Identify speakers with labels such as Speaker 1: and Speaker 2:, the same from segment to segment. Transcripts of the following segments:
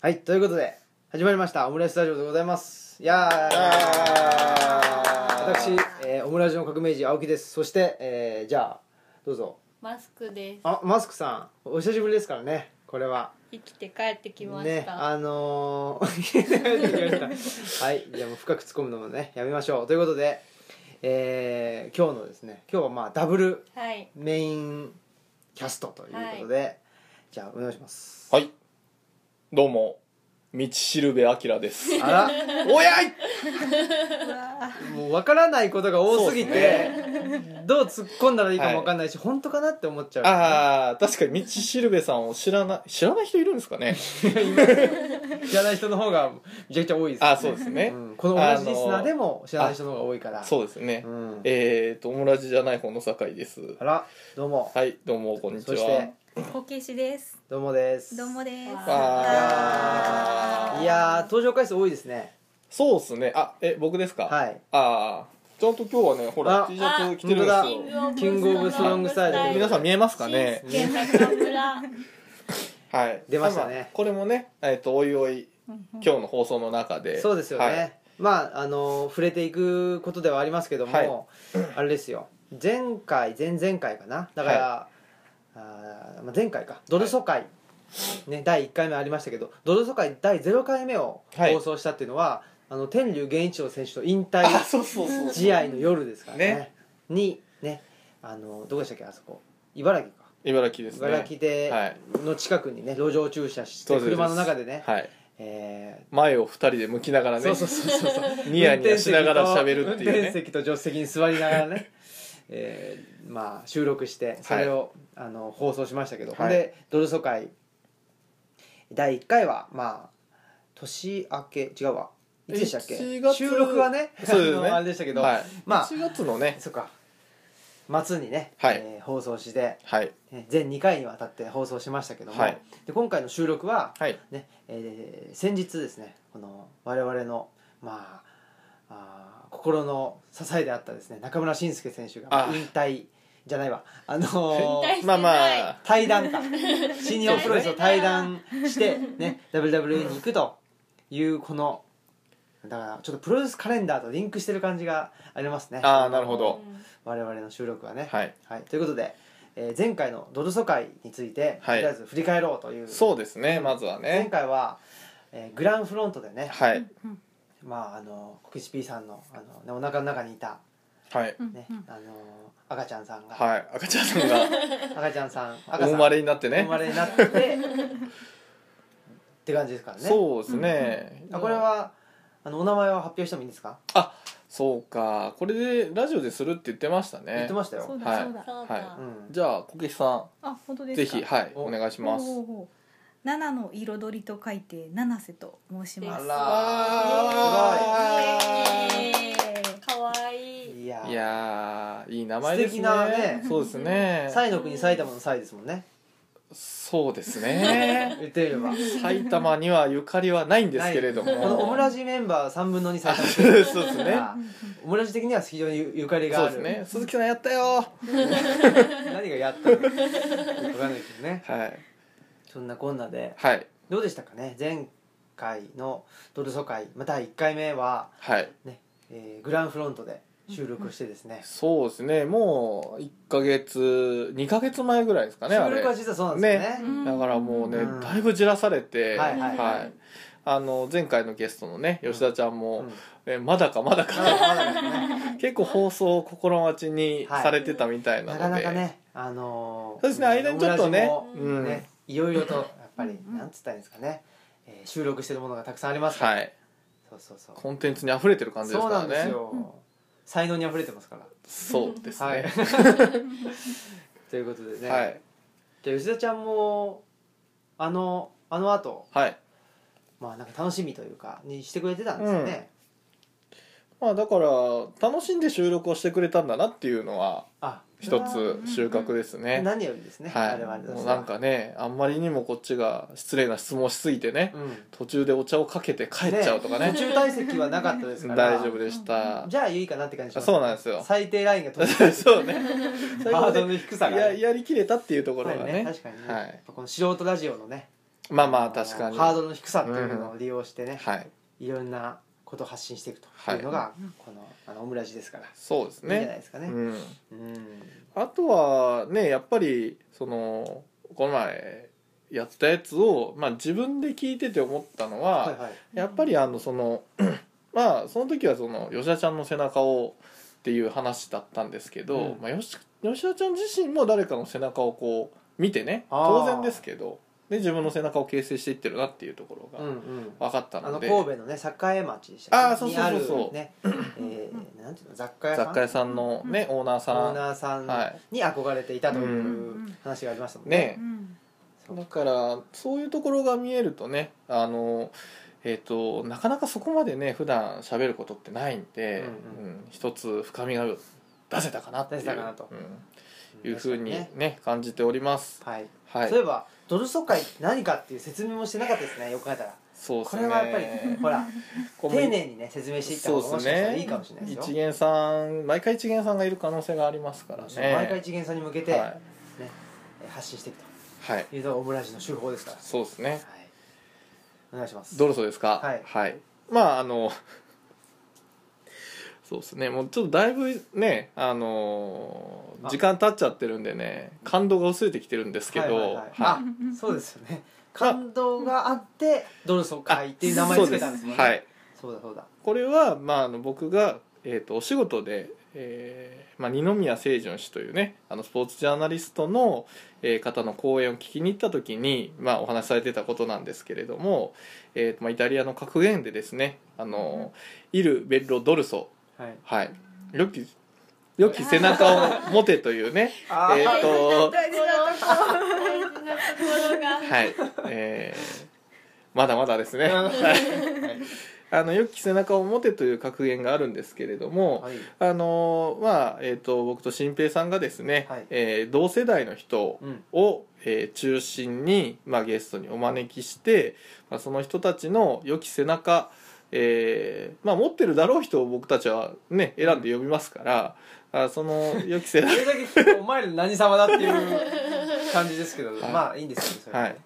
Speaker 1: はい、ということで、始まりました、オムライススタジオでございます。いやー、私、えーオムライスの革命児、青木です。そして、えーじゃあ、どうぞ。
Speaker 2: マスクです。
Speaker 1: あ、マスクさん、お久しぶりですからね、これは。
Speaker 2: 生きて帰ってきまし
Speaker 1: ね、
Speaker 2: た。
Speaker 1: あのー、 はい、じゃあもう深く突っ込むのもね、やめましょう。ということで、えー今日のですね、今日はまあ、ダブル
Speaker 2: はい。
Speaker 1: メインキャストということで、じゃあ、お願いします。
Speaker 3: はい。どうも、道しるべあきらです。
Speaker 1: あら
Speaker 3: おやい
Speaker 1: もう分からないことが多すぎて、
Speaker 3: そうで
Speaker 1: どう突っ込んだらいいかも分かんないし、本当かなって思っちゃう
Speaker 3: ああ、確かに道しるべさんを知らない、知らない人いるんですかね。
Speaker 1: 知らない人の方がめちゃくちゃ多いです、
Speaker 3: あーそうですね
Speaker 1: うんこの同じリスナーでも知らない人の方が多いから
Speaker 3: そうですね
Speaker 1: う。ん、
Speaker 3: えーと、オムラジじゃない方の酒井です。
Speaker 1: あらどうも、
Speaker 3: はい、どうも、こんにち
Speaker 1: そして
Speaker 3: は。
Speaker 4: こけしです。
Speaker 1: どうもです
Speaker 4: どうもです。
Speaker 3: あ
Speaker 1: いやー登場回数多いですね
Speaker 3: そうですね。あ、え、僕ですか
Speaker 1: はい
Speaker 3: ああ、ちゃんと今日はね、ほ
Speaker 1: あ
Speaker 3: ら、T シャツ着てるん
Speaker 1: あ
Speaker 3: で
Speaker 1: 本
Speaker 3: す
Speaker 2: キ
Speaker 1: 当
Speaker 3: よ
Speaker 2: ン。グ
Speaker 1: キ
Speaker 2: オブ
Speaker 1: ングオブスロングスタイル
Speaker 2: ス
Speaker 3: 皆さん見えますかね
Speaker 2: ね。新助中村。
Speaker 3: はい。
Speaker 1: 出ましたね
Speaker 3: ああこれもね、えっと、おいおい、今日の放送の中で。
Speaker 1: そうですよね、
Speaker 3: はい
Speaker 1: まああの触れていくことではありますけども、
Speaker 3: はい
Speaker 1: あれですよ前回前々回かなだから、あーまあ前回かドルソ会、ね、第1回目ありましたけどドルソ会第0回目を
Speaker 3: はい
Speaker 1: 放送したっていうのは、あの天竜源一郎選手の引退
Speaker 3: あ、そうそうそう。
Speaker 1: 試合の夜ですからね
Speaker 3: ね
Speaker 1: にねあのどこでしたっけあそこ茨城か
Speaker 3: 茨城ですね。
Speaker 1: 茨城で
Speaker 3: はい
Speaker 1: の近くにね路上駐車し
Speaker 3: そう
Speaker 1: て
Speaker 3: です
Speaker 1: 車の中でね、
Speaker 3: はい、
Speaker 1: え
Speaker 3: 前を二人で向きながら
Speaker 1: ー
Speaker 3: ね
Speaker 1: そうそうそうそうそう
Speaker 3: ニヤニヤしながら喋るってい
Speaker 1: 運
Speaker 3: う
Speaker 1: 転
Speaker 3: ね
Speaker 1: 席と助手席に座りながら ね、えーまあ、収録してそれを、あの放送しましたけど、
Speaker 3: はい
Speaker 1: でドルソ会第1回はまあ年明け違うわいつでしたっけ
Speaker 3: 1月
Speaker 1: 収録はね
Speaker 3: そうです ね
Speaker 1: あのあれでしたけど、
Speaker 3: はい、
Speaker 1: まあ
Speaker 3: 1月のね
Speaker 1: そうか末にね、
Speaker 3: はい
Speaker 1: えー放送して
Speaker 3: はい
Speaker 1: えー全2回にわたって放送しましたけども、
Speaker 3: はい
Speaker 1: で今回の収録は、
Speaker 3: はい
Speaker 1: ねえー先日ですねこの我々の、まあ、あー心の支えであったですね中村慎介選手がまあ
Speaker 3: あー
Speaker 1: 引退じゃないわあのー
Speaker 2: 退してない
Speaker 3: まあまあ
Speaker 1: 対談 か新日本プロレスを対談して、ね、WWE に行くというこのだからちょっとプロレスカレンダーとリンクしてる感じがありますね
Speaker 3: あーなるほど
Speaker 1: 我々の収録はね
Speaker 3: はい
Speaker 1: はい、ということで、えー前回のドルソ会について、
Speaker 3: はい
Speaker 1: とりあえず振り返ろうという
Speaker 3: そうですねまずは
Speaker 1: 前
Speaker 3: ね
Speaker 1: 回は、えーグランフロントでね、
Speaker 3: はい
Speaker 1: まああのコキシ P さんのあの、ね、お腹の中にいた、
Speaker 3: はい
Speaker 1: ねあの赤ちゃんさんが、
Speaker 3: はい赤ちゃんさんが
Speaker 1: 赤ちゃんさん赤さん
Speaker 3: お生まれになって
Speaker 1: お生
Speaker 3: ね
Speaker 1: まれになってって感じですからね
Speaker 3: そうですね
Speaker 1: あこれはあのお名前を発表してもいいんですか、
Speaker 3: そうかこれでラジオでするって言ってましたね
Speaker 1: 言ってました
Speaker 4: そ
Speaker 1: よ
Speaker 4: う、
Speaker 3: は
Speaker 4: だ
Speaker 3: い
Speaker 4: そうだ。
Speaker 2: そう
Speaker 3: は
Speaker 2: だ
Speaker 3: い。
Speaker 1: うん、
Speaker 3: じゃあこけしさ
Speaker 4: あ本当
Speaker 3: ん
Speaker 4: で
Speaker 3: ぜ
Speaker 4: すか。
Speaker 3: ひはい
Speaker 1: お
Speaker 3: お願いし
Speaker 4: ほう
Speaker 3: ます
Speaker 4: ほうほう。七の彩りと書いて七瀬と申します。
Speaker 3: あらー
Speaker 4: イエーイ
Speaker 2: 可愛いい。
Speaker 1: いや
Speaker 3: いやーいい名前です
Speaker 1: 素敵
Speaker 3: ね
Speaker 1: なね
Speaker 3: そうですね
Speaker 1: サイの国埼玉のサイですもんね
Speaker 3: そうです ね
Speaker 1: 言ってみれば
Speaker 3: 埼玉にはゆかりはないんですけれども
Speaker 1: このオムラジメンバー3分の2埼玉
Speaker 3: そうですね
Speaker 1: オムラジ的には非常にゆかりが
Speaker 3: そ
Speaker 1: あ
Speaker 3: う
Speaker 1: る
Speaker 3: ですね鈴木さんやったよ
Speaker 1: 何がやったのか分かんないけどね
Speaker 3: はい
Speaker 1: そんなこんなで
Speaker 3: はい
Speaker 1: どうでしたかね前回のドルソ会まあ第1回目は、
Speaker 3: はい
Speaker 1: ねえーグランフロントで収録してですね
Speaker 3: そうですねもう1ヶ月2ヶ月前ぐらいですかねあ
Speaker 1: 収
Speaker 3: れ
Speaker 1: 録は
Speaker 3: だ
Speaker 1: 実はそうなんですよね
Speaker 4: うん
Speaker 3: からもうね
Speaker 1: うん
Speaker 3: だいぶじらされて
Speaker 1: はいはい
Speaker 2: はい
Speaker 3: はいあの前回のゲストのね吉田ちゃん
Speaker 1: うん
Speaker 3: もえまだかまだ
Speaker 1: まだ
Speaker 3: か
Speaker 1: まだですね
Speaker 3: 結構放送を心待ちにされてたみたいな
Speaker 1: な
Speaker 3: ので
Speaker 1: かなかねあのー
Speaker 3: そうですね間にちょっとね
Speaker 1: オムラジも
Speaker 3: うん
Speaker 1: ねいろいろとやっぱりなんつったらいいんですかね、えー収録してるものがたくさんありますから、
Speaker 3: はい
Speaker 1: そうそうそう
Speaker 3: コンテンツに溢れてる感じです
Speaker 1: そう
Speaker 3: か
Speaker 1: な
Speaker 3: ら
Speaker 1: んです
Speaker 3: ね
Speaker 1: よ、才能に溢れてますから
Speaker 3: そうです
Speaker 1: はい
Speaker 3: ね
Speaker 1: ということでね、
Speaker 3: はい
Speaker 1: じゃあ吉田ちゃんもあのあの後
Speaker 3: はい
Speaker 1: まあなんか楽しみというかにしてくれてたんですよね、
Speaker 3: まあだから楽しんで収録をしてくれたんだなっていうのは
Speaker 1: あ
Speaker 3: 一つ収穫ですね。
Speaker 1: 何よりですね、
Speaker 3: はい、
Speaker 1: 我々と
Speaker 3: も
Speaker 1: し
Speaker 3: う
Speaker 1: ては
Speaker 3: なんかねあんまりにもこっちが失礼な質問をしすぎてね、
Speaker 1: うん
Speaker 3: 途中でお茶をかけて帰っちゃうとかね
Speaker 1: 途中退席はなかったですから
Speaker 3: 大丈夫でした、
Speaker 1: じゃあいいかなって感じし
Speaker 3: あ
Speaker 1: ます
Speaker 3: そうなんで すよ
Speaker 1: 最低ラインが途 中
Speaker 3: そうね最
Speaker 1: ハー
Speaker 3: 後
Speaker 1: ド
Speaker 3: で
Speaker 1: の低さが
Speaker 3: ややりきれたっていうところが
Speaker 1: はい
Speaker 3: ね
Speaker 1: 確かにね、
Speaker 3: は
Speaker 1: やっ
Speaker 3: い
Speaker 1: ぱこの素人ラジオのね
Speaker 3: まあまあ確かに
Speaker 1: ハードルの低さっていうのを利用してね、
Speaker 3: はい
Speaker 1: いろんなことを発信していくというのが、このあのオムラジですから、
Speaker 3: そうです
Speaker 1: いいんじゃない
Speaker 3: ね
Speaker 1: ですかね、
Speaker 3: うん、
Speaker 1: うん
Speaker 3: あとはねやっぱりそのこの前やったやつを、まあ、自分で聞いてて思ったのは、
Speaker 1: はいはい
Speaker 3: やっぱりあのその まあその時はその吉田ちゃんの背中をっていう話だったんですけど、
Speaker 1: うん
Speaker 3: まあ、吉吉田ちゃん自身も誰かの背中をこう見てね
Speaker 1: あー
Speaker 3: 当然ですけどで自分の背中を形成していってるなっていうところ
Speaker 1: う
Speaker 3: が
Speaker 1: んうん
Speaker 3: 分かった
Speaker 1: あ
Speaker 3: の
Speaker 1: の
Speaker 3: で、
Speaker 1: 神戸のね栄町でしたっけ
Speaker 3: あーそうそうそうそう
Speaker 1: にあるね、えー、なんていうの雑貨屋さん
Speaker 3: 雑貨屋さんの、ねオーナーさ
Speaker 1: オー
Speaker 3: ん
Speaker 1: ナーさん
Speaker 3: はい
Speaker 1: に憧れていたといううん話がありましたもんね。
Speaker 3: ね
Speaker 4: うん
Speaker 1: そう
Speaker 3: だからそういうところが見えるとねあのえっ、となかなかそこまでね普段喋ることってないんで、
Speaker 1: うん
Speaker 3: うん一つ深みが出せたかなっていう
Speaker 1: 出せたかなと
Speaker 3: うん
Speaker 1: ん
Speaker 3: いうふうに
Speaker 1: 確か
Speaker 3: ね感じております。
Speaker 1: はい、
Speaker 3: はい
Speaker 1: そうい。えばドル疎開って何かっていう説明もしてなかったですねよく考えたら
Speaker 3: そうです
Speaker 1: こ
Speaker 3: ね。
Speaker 1: れはやっぱ りほら
Speaker 3: こう
Speaker 1: 丁寧にね説明していった方が
Speaker 3: そう
Speaker 1: も
Speaker 3: で
Speaker 1: し
Speaker 3: す
Speaker 1: かした
Speaker 3: ね
Speaker 1: らいいかもしれないです
Speaker 3: 一
Speaker 1: よ、
Speaker 3: 元さん毎回一元さんがいる可能性がありますからね。
Speaker 1: 毎回一元さんに向けて、
Speaker 3: はい
Speaker 1: えー発信していく
Speaker 3: はい
Speaker 1: というのがオムラジの手法ですから、はい、
Speaker 3: そうですね。
Speaker 1: お願いします
Speaker 3: ドルソですか。
Speaker 1: はい
Speaker 3: まああのそうですね。もうちょっとだいぶねあの
Speaker 1: あ
Speaker 3: 時間経っちゃってるんでね感動が薄れてきてるんですけど、
Speaker 1: はいはいはい
Speaker 3: は
Speaker 1: あそうですよね感動があってドル疎開っ
Speaker 3: い
Speaker 1: ていう名前つけたんですもんね
Speaker 3: そうはい。
Speaker 1: そうだそうだ
Speaker 3: これは、まあ、あの僕が、えー、とお仕事で、えーまあ、二宮清純氏というねあのスポーツジャーナリストの、えー方の講演を聞きに行った時に、まあ、お話しされてたことなんですけれども、えーとまあ、イタリアの格言でですね「あのイル・ベッロ・ドルソ」
Speaker 1: はい
Speaker 3: はい「良き良き背中を持て」とい うね
Speaker 1: あ
Speaker 3: えーと
Speaker 4: 大事なとこ
Speaker 2: 大事なところが
Speaker 3: はいえーまだまだですね。あの良き背中を持てという格言があるんですけれども、
Speaker 1: はい
Speaker 3: あのーまあえー、と僕と新平さんがですね、
Speaker 1: はい
Speaker 3: えー同世代の人
Speaker 1: うん
Speaker 3: を、えー中心に、まあ、ゲストにお招きして、まあ、その人たちの良き背中、えーまあ、持ってるだろう人を僕たちは、ね、選んで呼びますから、あその良き背
Speaker 1: そ
Speaker 3: 中、
Speaker 1: れだけ聞くとお前ら何様だっていう感じですけど、
Speaker 3: はい
Speaker 1: まあいいんですよそれ
Speaker 3: はい、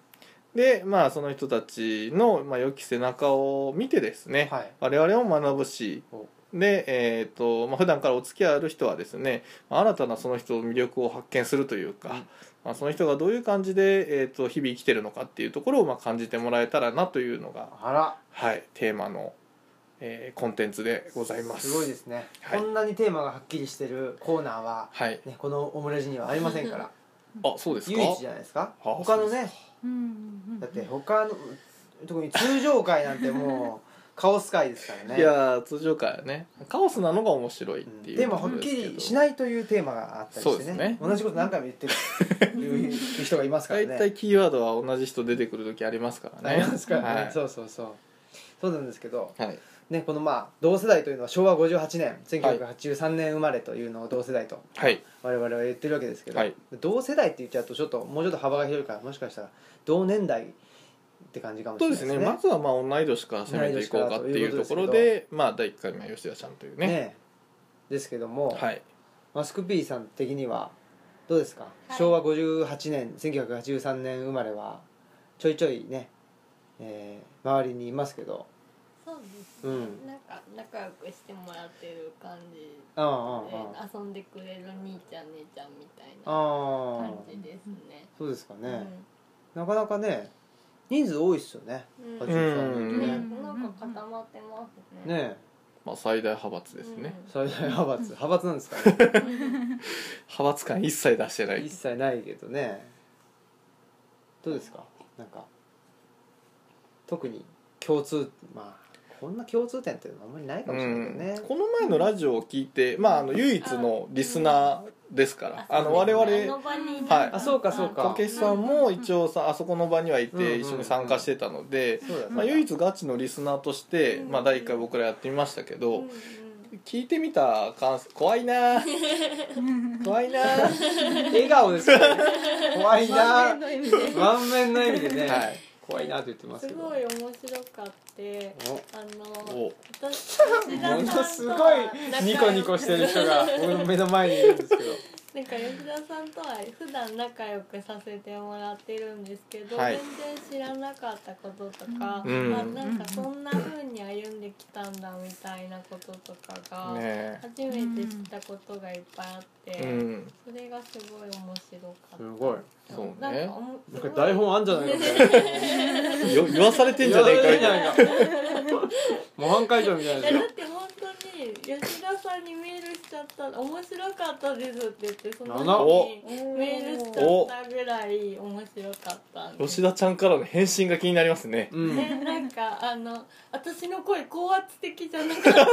Speaker 3: で、まあ、その人たちの、まあ、良き背中を見てですね、
Speaker 1: はい
Speaker 3: 我々も学ぶし
Speaker 1: お
Speaker 3: で、えーとまあ普段からお付き合いある人はですねまあ新たなその人の魅力を発見するというか、
Speaker 1: うん
Speaker 3: まあ、その人がどういう感じで、えー、と日々生きてるのかっていうところをまあ感じてもらえたらなというのが、
Speaker 1: あら
Speaker 3: はい、テーマの、えーコンテンツでございます。
Speaker 1: すごいですね、
Speaker 3: はい
Speaker 1: こんなにテーマがはっきりしてるコーナーは、
Speaker 3: はい、
Speaker 1: ね、このオムラジにはありませんから
Speaker 3: あそうですか
Speaker 1: 唯一じゃないですか
Speaker 3: あ
Speaker 1: 他のね
Speaker 4: うん
Speaker 1: だって他の特に通常回なんてもうカオス回ですからね
Speaker 3: いやー通常会はねカオスなのが面白いっ
Speaker 1: うん
Speaker 3: ていう
Speaker 1: テーマはっきりしないというテーマがあったり
Speaker 3: そう
Speaker 1: し
Speaker 3: で
Speaker 1: て
Speaker 3: す
Speaker 1: ね
Speaker 3: ね
Speaker 1: 同じこと何回も言ってるいう人がいますから
Speaker 3: 大
Speaker 1: ね
Speaker 3: 体キーワードは同じ人出てくる時ありますからね
Speaker 1: ありますからね、
Speaker 3: はい
Speaker 1: そうそうそうそうなんですけど、
Speaker 3: はい
Speaker 1: ね、このまあ同世代というのは昭和58年1983年生まれというのを同世代と
Speaker 3: はい
Speaker 1: 我々は言ってるわけですけど、
Speaker 3: はい
Speaker 1: 同世代って言っちゃうとちょっともうちょっと幅が広いからもしかしたら同年代って感じかもしれ
Speaker 3: そう
Speaker 1: ないですすね
Speaker 3: でねまずはまあ同い年から攻めていこうかっていうとこ
Speaker 1: 同い年から
Speaker 3: ろ
Speaker 1: とい
Speaker 3: でまあ第1回目は吉田ちゃんというね
Speaker 1: ねですけども、
Speaker 3: はい
Speaker 1: マスク P さん的にはどうですか、
Speaker 2: い
Speaker 1: 昭和58年1983年生まれはちょいちょいね、えー周りにいますけど
Speaker 2: そうで
Speaker 1: う
Speaker 2: すね、
Speaker 1: ん
Speaker 2: なんか仲良くしてもらってる感じ
Speaker 1: あああ
Speaker 2: で遊んでくれる兄ちゃん姉ちゃんみたい
Speaker 1: あ
Speaker 2: な
Speaker 1: ああ
Speaker 2: 感じですね
Speaker 1: そうですかね、
Speaker 2: うん
Speaker 1: なかなかね人数多いっすよね
Speaker 2: うん
Speaker 1: 八
Speaker 3: う
Speaker 1: 十三
Speaker 3: ん
Speaker 2: ね
Speaker 1: 人
Speaker 4: ん
Speaker 2: なんか固まってますね
Speaker 1: ね
Speaker 3: まあ最大派閥ですね
Speaker 1: 最大派閥派閥なんですか ね
Speaker 3: 派閥感一切出してない
Speaker 1: 一切ないけどねどうですかなんか特に共通まあこんな共通点っていうのはあんまりないか
Speaker 3: う
Speaker 1: もしれないけどね
Speaker 3: ん、この前のラジオを聞いてまああの唯一のリスナーですからあの我
Speaker 2: あ
Speaker 3: 々
Speaker 2: の場に
Speaker 3: はい
Speaker 1: あそうかそうか
Speaker 3: こけしさんも一応さあそこの場にはい
Speaker 1: うんうんう
Speaker 3: て
Speaker 1: ん
Speaker 3: 一緒に参加してたので
Speaker 1: そうだね
Speaker 3: まあ唯一ガチのリスナーとしてまあ第1回僕らやってみましたけ
Speaker 2: うんう
Speaker 3: ど
Speaker 2: ん
Speaker 3: 聞いてみた感想怖い なー怖いなー
Speaker 1: 笑顔ですよね怖いな
Speaker 4: 満面の笑みで
Speaker 1: 満面の笑みでね、
Speaker 3: はい
Speaker 1: 怖いなと言ってます
Speaker 2: す
Speaker 1: けど
Speaker 2: ごい面白かってあの
Speaker 3: お
Speaker 2: 私
Speaker 1: おものすごいニコニコしてる人が僕の目の前にいるんですけど
Speaker 2: なんか吉田さんとは普段仲良くさせてもらってるんですけど、
Speaker 3: はい
Speaker 2: 全然知らなかったこととか、
Speaker 3: うん
Speaker 2: あなんかそんな風に歩んできたんだみたいなこととかが、
Speaker 3: ね
Speaker 2: 初めて知ったことがいっぱいあって、
Speaker 3: うん
Speaker 2: それがすごい面白かった。
Speaker 1: すごい
Speaker 3: そうね
Speaker 2: なんかおも
Speaker 1: なんか台本あんじゃないのこれ
Speaker 3: よ言わされてんじゃねえかみ
Speaker 1: や
Speaker 3: たいな
Speaker 1: ばいじゃないか模範解答みたい
Speaker 2: い
Speaker 1: な
Speaker 2: や
Speaker 1: や
Speaker 2: だって本当に吉田さんにメールしちゃったら面白かったですって言ってその
Speaker 1: な
Speaker 2: 日に
Speaker 4: お
Speaker 2: メールしちゃったぐらい面白かったんで
Speaker 3: 吉田ちゃんからの返信が気になりますね
Speaker 1: つうん
Speaker 2: ねなんかあの私の声高圧的じゃなかったとか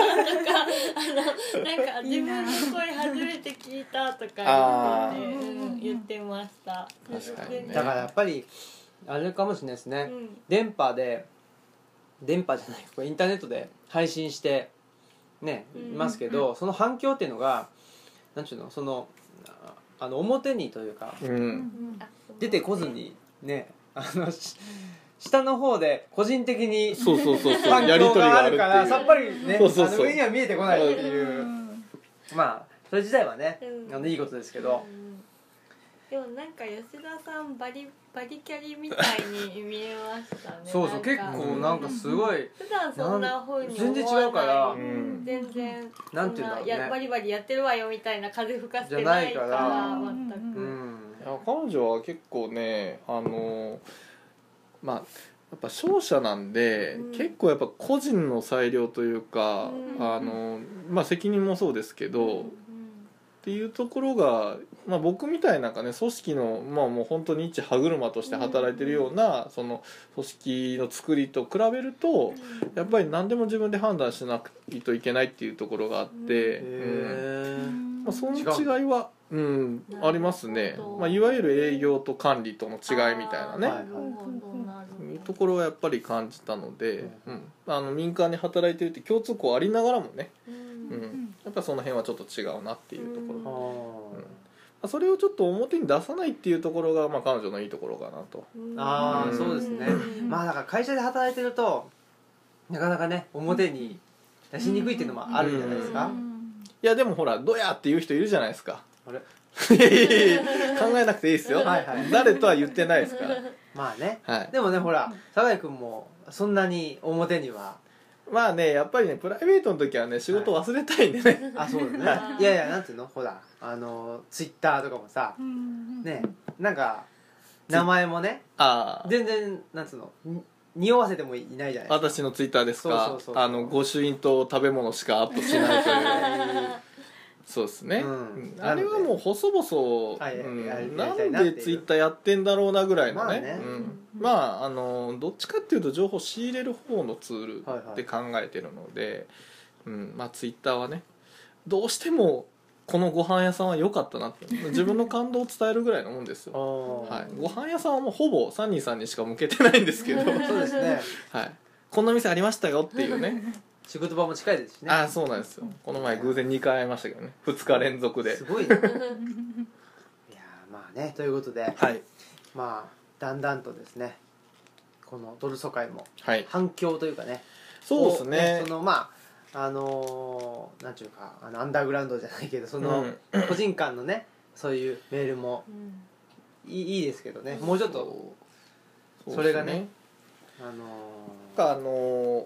Speaker 2: あのなんか自分の声初めて聞いたとか
Speaker 3: あ
Speaker 2: 言ってて、
Speaker 4: ー
Speaker 2: うん言ってました
Speaker 3: 確かにね
Speaker 1: だからやっぱりあれかもしれないです
Speaker 2: う
Speaker 1: ね、
Speaker 2: ん
Speaker 1: 電波で電波じゃないこれインターネットで配信してねい
Speaker 2: うん
Speaker 1: ますけど、その反響っていうのがなんちゅうのそのああの表にというか
Speaker 3: うん
Speaker 2: あ
Speaker 1: 出てこずにねあのし下の方で個人的に
Speaker 3: そうそうそうそう
Speaker 1: 反
Speaker 3: やり
Speaker 1: 響
Speaker 3: 取
Speaker 1: が
Speaker 3: りが
Speaker 1: あ
Speaker 3: ある
Speaker 1: る
Speaker 3: って
Speaker 1: から
Speaker 3: い
Speaker 1: さっぱりね
Speaker 3: そうそうそう
Speaker 1: あの上には見えてこないっていう、
Speaker 4: うん
Speaker 1: まあそれ自体はね、
Speaker 2: うん
Speaker 1: あのいいことですけ
Speaker 2: うん
Speaker 1: ど、
Speaker 2: でもなんか吉田さんバリバリキャリみたいに見えましたね
Speaker 1: そうそう結
Speaker 2: なんか
Speaker 1: 構なんかすごい、
Speaker 2: 普段そんな風に思わない
Speaker 1: 全然違うから
Speaker 3: うん
Speaker 2: 全然
Speaker 1: なんて言うんだろうね
Speaker 2: そやバリバリやってるわよみたいな風吹かせてないから
Speaker 1: じゃないから
Speaker 2: 全
Speaker 1: う
Speaker 2: く、
Speaker 1: ん、
Speaker 3: いや彼女は結構ねあのまあやっぱ商社なんで、
Speaker 2: うん
Speaker 3: 結構やっぱ個人の裁量というか、
Speaker 2: うん
Speaker 3: あのまあ、責任もそうですけど、
Speaker 2: う
Speaker 3: っ
Speaker 2: ん
Speaker 3: ていうところが、まあ、僕みたいなんかね組織の、まあ、もう本当に一歯車として働いてるような、その組織の作りと比べると、やっぱり何でも自分で判断しないといけないっていうところがあって。うん
Speaker 1: へ
Speaker 3: まあ、その
Speaker 1: 違
Speaker 3: 違いはうん
Speaker 2: なるほど
Speaker 3: ありますね、まあ、いわゆる営業と管理との違いみたいなね、
Speaker 1: あー
Speaker 2: なるほどなるほ
Speaker 3: そ
Speaker 2: ど
Speaker 3: ういうところはやっぱり感じたので、うんあの民間で働いてるって共通項ありながらもね、
Speaker 2: う
Speaker 3: うんん、やっぱその辺はちょっと違うなっていうところ、
Speaker 2: うん
Speaker 3: ま
Speaker 1: あー
Speaker 3: あそれをちょっと表に出さないっていうところが、まあ、彼女のいいところかなと、
Speaker 2: うん
Speaker 1: あ
Speaker 3: ーそう
Speaker 1: ですね
Speaker 2: うん
Speaker 1: まあだから会社で働いてるとなかなかね表に出しにくいっていうのもあるんじゃないですか、
Speaker 4: うん
Speaker 3: いやでもほら「どや!」っていう人いるじゃないですか
Speaker 1: あれ
Speaker 3: いやいやいや考えなくていいですよ、
Speaker 1: はいはい
Speaker 3: 誰とは言ってないですから
Speaker 1: まあね
Speaker 3: はい
Speaker 1: でもねほら酒井君もそんなに表には
Speaker 3: まあねやっぱりねプライベートの時はね仕事忘れたいん でね、
Speaker 1: あそうだね
Speaker 2: はい
Speaker 1: いやいやなんていうのほらあのツイッターとかもさ
Speaker 4: うん
Speaker 1: ねなんか名前もね
Speaker 3: ああ
Speaker 1: 全然なんつうのに匂わせてもいないじゃないですか
Speaker 3: 私のツイッターです
Speaker 1: そ
Speaker 3: か
Speaker 1: うそうそう
Speaker 3: あの御朱印と食べ物しかアップしないというそうですね、
Speaker 1: うん
Speaker 3: うんあれはもう細々、
Speaker 1: はい
Speaker 3: うん
Speaker 1: やりたい
Speaker 3: な
Speaker 1: なっていうん
Speaker 3: でツイッターやってんだろうなぐらいのね,、
Speaker 1: まあね
Speaker 3: うんまああのどっちかっていうと情報仕入れる方のツールって考えてるので、うんまあ、ツイッターはねどうしてもこのご飯屋さんは良かったなって自分の感動を伝えるぐらいのもんで すよ
Speaker 1: おー
Speaker 3: はい、ご飯屋さんはもうほぼサニーさんにしか向けてないんです けど、
Speaker 1: そうですね
Speaker 3: はい、こんな店ありましたよっていう ね
Speaker 1: 仕事場も近いですしね
Speaker 3: ああそうなんですよこの前偶然2回会いましたけどね2日連続です
Speaker 1: ごいねいやーまあねということで
Speaker 3: はい
Speaker 1: まあだんだんとですねこのドルソ会も
Speaker 3: はい
Speaker 1: 反響というかね
Speaker 3: そうですね
Speaker 1: をそのまああのーなんていうかあのアンダーグラウンドじゃないけどその
Speaker 3: うん
Speaker 1: 個人間のねそういうメールも
Speaker 2: うん
Speaker 1: いいいいですけどねもうちょっと
Speaker 3: う
Speaker 1: それがね
Speaker 3: そうです
Speaker 1: あのー
Speaker 3: なんかあのー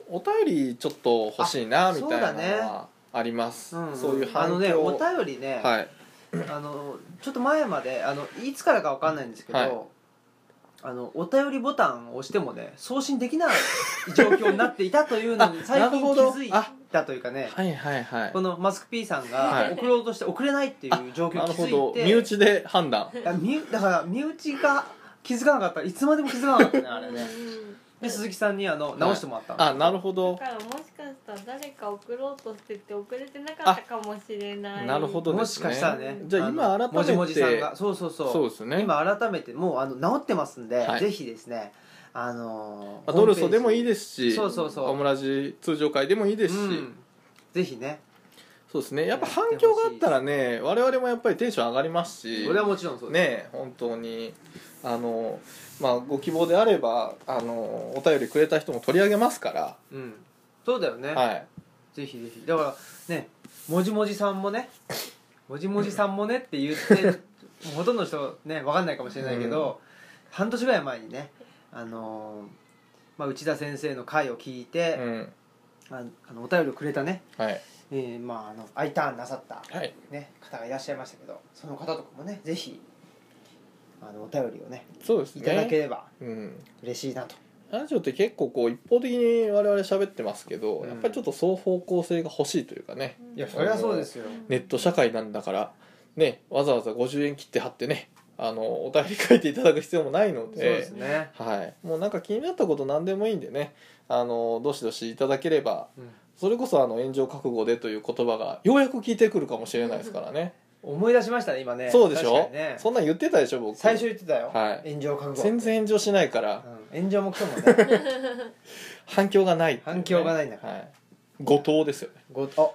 Speaker 3: お便りちょっと欲しいな
Speaker 1: あ
Speaker 3: みたいな
Speaker 1: そう
Speaker 3: の
Speaker 1: だ
Speaker 3: はあります、
Speaker 1: うん
Speaker 3: そういう
Speaker 1: あ
Speaker 3: 反響
Speaker 1: のねお便りね、
Speaker 3: はい
Speaker 1: あのちょっと前まであのいつからかわかんないんですけど、
Speaker 3: はい
Speaker 1: あのお便りボタンを押してもね送信できない状況になっていたというのに
Speaker 3: あ
Speaker 1: 最
Speaker 3: な
Speaker 1: 近気
Speaker 3: るほど
Speaker 1: づいたというかね
Speaker 3: はいはいはい
Speaker 1: このマスク P さん
Speaker 3: は
Speaker 1: が
Speaker 3: い
Speaker 1: 送ろうとして送れないっていう状況
Speaker 3: な
Speaker 1: に
Speaker 3: る
Speaker 1: 気
Speaker 3: ほ
Speaker 1: づ
Speaker 3: ど
Speaker 1: いて
Speaker 3: 身内で判断
Speaker 1: いや身内だから身内が気づかなかったらいつまでも気づかなかったねあれね
Speaker 2: うん
Speaker 1: で鈴木さんにあの直してもらったの、
Speaker 3: あなるほ
Speaker 2: だ
Speaker 3: ど
Speaker 2: からもしかしたら誰か送ろうとしてて送れてなかったかもしれない
Speaker 3: なるほど
Speaker 1: も
Speaker 3: です
Speaker 1: し
Speaker 3: ね
Speaker 1: かしたらね
Speaker 3: じゃあ今
Speaker 1: の
Speaker 3: 改めて
Speaker 1: もじもじさんがそうそうそう
Speaker 3: そうですね
Speaker 1: 今改めてもうあの治ってますんで、
Speaker 3: はい
Speaker 1: ぜひですねあのー
Speaker 3: まあドルソでもいい
Speaker 1: で
Speaker 3: ですし
Speaker 1: そうそうそう
Speaker 3: オムラジ通常会でもいいですし、
Speaker 1: うん、ぜひね
Speaker 3: そうですねやっぱ反響があったらね我々もやっぱりテンション上がりますし
Speaker 1: それはもちろんそうです、
Speaker 3: ね本当にあの、まあ、ご希望であればあのお便りくれた人も取り上げますか
Speaker 1: うん、そうだよね、
Speaker 3: ら、はい、
Speaker 1: ぜひぜひだからねもじもじさんもねもじもじさんもねって言 ってほとんどの人ね分かんないかもしれないけど、半年ぐらい前にね、あのーまあ、内田先生の回を聞いて、
Speaker 3: うん
Speaker 1: ああのお便りをくれたね、
Speaker 3: はい
Speaker 1: えーまあ、あの I ターンなさった、
Speaker 3: はい
Speaker 1: ね、方がいらっしゃいましたけどその方とかもねぜひあのお便りをね
Speaker 3: そうです
Speaker 1: い
Speaker 3: ね
Speaker 1: ただければ
Speaker 3: うん
Speaker 1: 嬉しいなと、
Speaker 3: ラジオって結構こう一方的に我々喋ってますけど、
Speaker 1: うん
Speaker 3: やっぱりちょっと双方向性が欲しいというかね
Speaker 1: いやそりゃそうですよ、
Speaker 3: ネット社会なんだからねわざわざ50円切って貼ってねあのお便り書いていただく必要もないの
Speaker 1: そうですね、
Speaker 3: はい、もうなんか気になったこと何でもいいんでねあのどしどしいただければ
Speaker 1: うん
Speaker 3: それこそあの炎上覚悟でという言葉がようやく聞いてくるかもしれないですからね
Speaker 1: 思い出しましたね今ね
Speaker 3: そうでし
Speaker 1: 確
Speaker 3: ょ、
Speaker 1: かにね
Speaker 3: そんなん言ってたでしょ僕
Speaker 1: 最初言ってたよ、
Speaker 3: はい
Speaker 1: 炎上覚悟
Speaker 3: 全然炎上しないから
Speaker 1: うん炎上も来てもね
Speaker 3: 反響がないってうね
Speaker 1: 反響がないんだから
Speaker 3: はい、後藤ですよね
Speaker 1: ごあ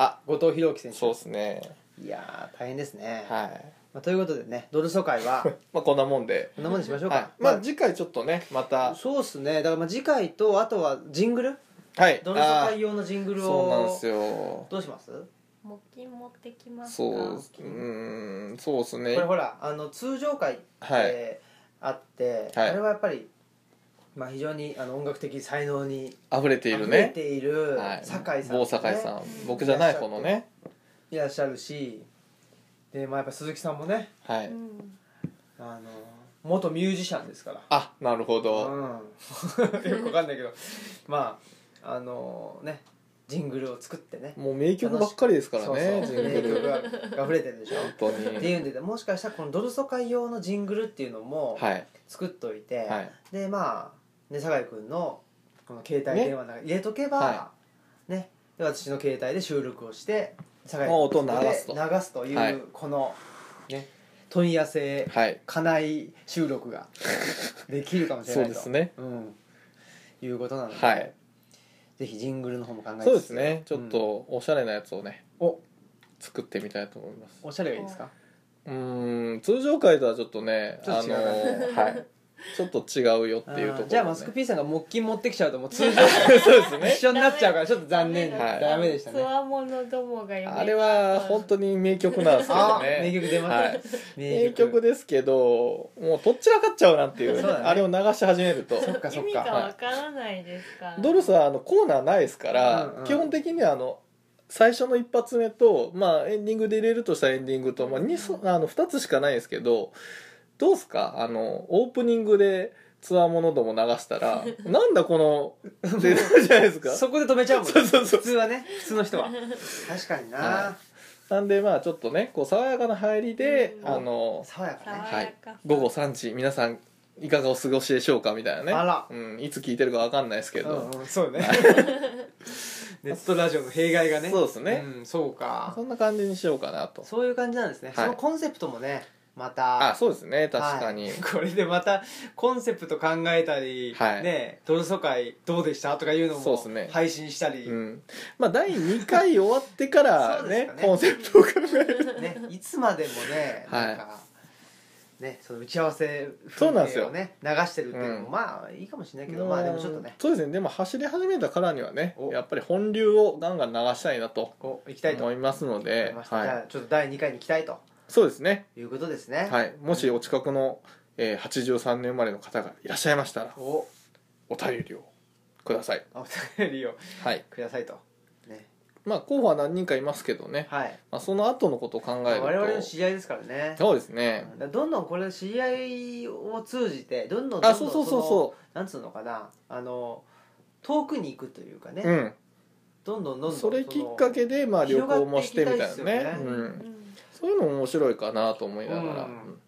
Speaker 3: あ
Speaker 1: 後藤弘樹選手
Speaker 3: そうですね
Speaker 1: いやー大変ですね、
Speaker 3: はい、
Speaker 1: まあ、ということでねドルソ会 は
Speaker 3: まあ、こんなもんで、
Speaker 1: こんなもんにしましょうか、
Speaker 3: はい、まあ次回ちょっとね
Speaker 1: ま
Speaker 3: ま
Speaker 1: あ
Speaker 3: た
Speaker 1: そうっすねだからまあ次回とあとはジングル
Speaker 3: はい
Speaker 1: ドルソ
Speaker 3: あ
Speaker 1: 会
Speaker 3: ー
Speaker 1: 用のジングルを
Speaker 3: そうなんですよ
Speaker 1: どうしますこ
Speaker 2: 木金持ってきますか
Speaker 3: そううーんそうですね
Speaker 1: れほらあの通常会って
Speaker 3: はい
Speaker 1: あって、
Speaker 3: はい
Speaker 1: あれはやっぱり、まあ、非常にあの音楽的才能に
Speaker 3: 溢れてい
Speaker 1: 溢
Speaker 3: る
Speaker 1: れ
Speaker 3: ね
Speaker 1: ている
Speaker 3: はい
Speaker 1: 酒井さん,、
Speaker 3: 某酒井さん僕じゃない方のね
Speaker 1: いらっしゃるしで、まあ、やっぱ鈴木さんもね
Speaker 3: はい、
Speaker 2: うん
Speaker 1: あの元ミュージシャンですから
Speaker 3: あなるほ ど、
Speaker 1: うん、よくわかんないけどまああのねジングルを作ってね
Speaker 3: もう名曲ばっかりですからね
Speaker 1: そう
Speaker 3: ジ
Speaker 1: そ
Speaker 3: ン
Speaker 1: う
Speaker 3: グ
Speaker 1: 名曲
Speaker 3: ル
Speaker 1: が溢れてるでしょ
Speaker 3: 本当
Speaker 1: って
Speaker 3: に
Speaker 1: いうんでもしかしたらこのドルソ会用のジングルっていうのも
Speaker 3: はい
Speaker 1: 作っといて、
Speaker 3: はい
Speaker 1: でまあ、ね、酒井君のこの携帯電話の中に入れとけば、
Speaker 3: は
Speaker 1: ねで私の携帯で収録をして酒井
Speaker 3: もう
Speaker 1: 君
Speaker 3: 音
Speaker 1: の
Speaker 3: を流すと
Speaker 1: で流すとい
Speaker 3: はいう
Speaker 1: このね問屋製
Speaker 3: はい
Speaker 1: 家内収録ができるかもしれないと
Speaker 3: そうですね
Speaker 1: うん、いうことなので、
Speaker 3: はい
Speaker 1: ぜひジングルの方も考えて
Speaker 3: そうですねちょっとおしゃれなやつをね、
Speaker 1: お
Speaker 3: 作ってみたいと思います
Speaker 1: おしゃれがいいですか
Speaker 3: うーん通常回とはちょっとね
Speaker 1: ちょっと違う
Speaker 3: あのーはいちょっと違うよっていうところ、ね、
Speaker 1: あーじゃあマスク P さんが木金持ってきちゃうともう通常
Speaker 3: そうですね
Speaker 1: 一緒になっちゃうからちょっと残念
Speaker 2: ダ
Speaker 1: ダ
Speaker 2: メ
Speaker 1: メ,、
Speaker 3: はい
Speaker 1: でした
Speaker 2: つ
Speaker 1: ね
Speaker 2: わものどもが夢
Speaker 3: あれは本当に名曲なんですけど
Speaker 1: あ
Speaker 3: ね
Speaker 1: 名曲出ました、
Speaker 3: はい名曲ですけどもうとっちらかっちゃうなっていう
Speaker 1: そうだね
Speaker 3: あれを流し始めると
Speaker 1: そっかそ
Speaker 2: 意
Speaker 1: っ
Speaker 2: 味が
Speaker 1: か
Speaker 2: わからないですから
Speaker 3: ドルスはあのコーナーないですから、
Speaker 1: うんうん
Speaker 3: 基本的にはあの最初の一発目と、まあ、エンディングで入れるとしたらエンディングと、まあ、にそあの2つしかないですけどどうすかあのオープニングでツアーものども流したら なんだこのってなるじゃないですか。
Speaker 1: そこで止めちゃうもん、ね、
Speaker 3: そうそうそう
Speaker 1: 普通はね普通の人は確かにな、
Speaker 3: はなんでまあちょっとねこう爽やかな入りで、
Speaker 2: うん
Speaker 3: あの
Speaker 1: 爽やかね
Speaker 2: 爽やかさ
Speaker 3: 午後3時皆さんいかがお過ごしでしょうかみたいなね
Speaker 1: あら
Speaker 3: うん、いつ聞いてるかわかんないですけど、
Speaker 1: うんうん、そうねネットラジオの弊害がね
Speaker 3: そうですね
Speaker 1: うん、そうか
Speaker 3: そんな感じにしようかなと
Speaker 1: そういう感じなんですね、
Speaker 3: はい
Speaker 1: そのコンセプトもねま
Speaker 3: あ
Speaker 1: た
Speaker 3: そうですね確か
Speaker 1: は
Speaker 3: に、
Speaker 1: いこれでまたコンセプト考えたり、
Speaker 3: はい
Speaker 1: ねドルソ会どうでしたとかいうの
Speaker 3: そう
Speaker 1: も
Speaker 3: ですね
Speaker 1: 配信したり、
Speaker 3: うん、まあ第2回終わってから
Speaker 1: そうです
Speaker 3: ね
Speaker 1: かね
Speaker 3: コンセプトを考える
Speaker 1: ね、いつまでもね
Speaker 3: はい
Speaker 1: なんかねその打ち合わせ
Speaker 3: そうなん
Speaker 1: 風
Speaker 3: です
Speaker 1: 景
Speaker 3: よ
Speaker 1: をね流してるっていうのも、
Speaker 3: うん
Speaker 1: まあいいかもしれないけどまあでもちょっとね
Speaker 3: そうですねでも走り始めたからにはね
Speaker 1: お
Speaker 3: やっぱり本流をガンガン流したいなと
Speaker 1: こう行きたいと
Speaker 3: 思
Speaker 1: 思い
Speaker 3: いますので、
Speaker 1: ました、じゃあ
Speaker 3: は
Speaker 1: ちょっと第2回に行きたいと
Speaker 3: い、そうですね、
Speaker 1: いうことですね、
Speaker 3: はい、もしお近くの、えー、83年生まれの方がいらっしゃいましたら
Speaker 1: お
Speaker 3: お便りをください、
Speaker 1: お便りを
Speaker 3: はい
Speaker 1: くださいとね
Speaker 3: まあ、候補は何人かいますけどね、
Speaker 1: はい
Speaker 3: まあ、その後のことを考えると
Speaker 1: 我々の知り合いですからね
Speaker 3: そうですね
Speaker 1: うんだからどんどんこれ知り合いを通じてどんどんどんどん
Speaker 3: あそうそうそう
Speaker 1: の
Speaker 3: そ
Speaker 1: なんつうのかなあの遠くに行くというかね、
Speaker 3: ううん
Speaker 1: どんどんどんどん
Speaker 3: それきっ
Speaker 1: け
Speaker 3: かけでまあ旅行もしてみたいな
Speaker 1: 広
Speaker 3: ね
Speaker 1: がっていきたいです
Speaker 3: う
Speaker 1: よね
Speaker 3: ん、そういうのも面白いかなと思いながら、
Speaker 1: うん
Speaker 3: うん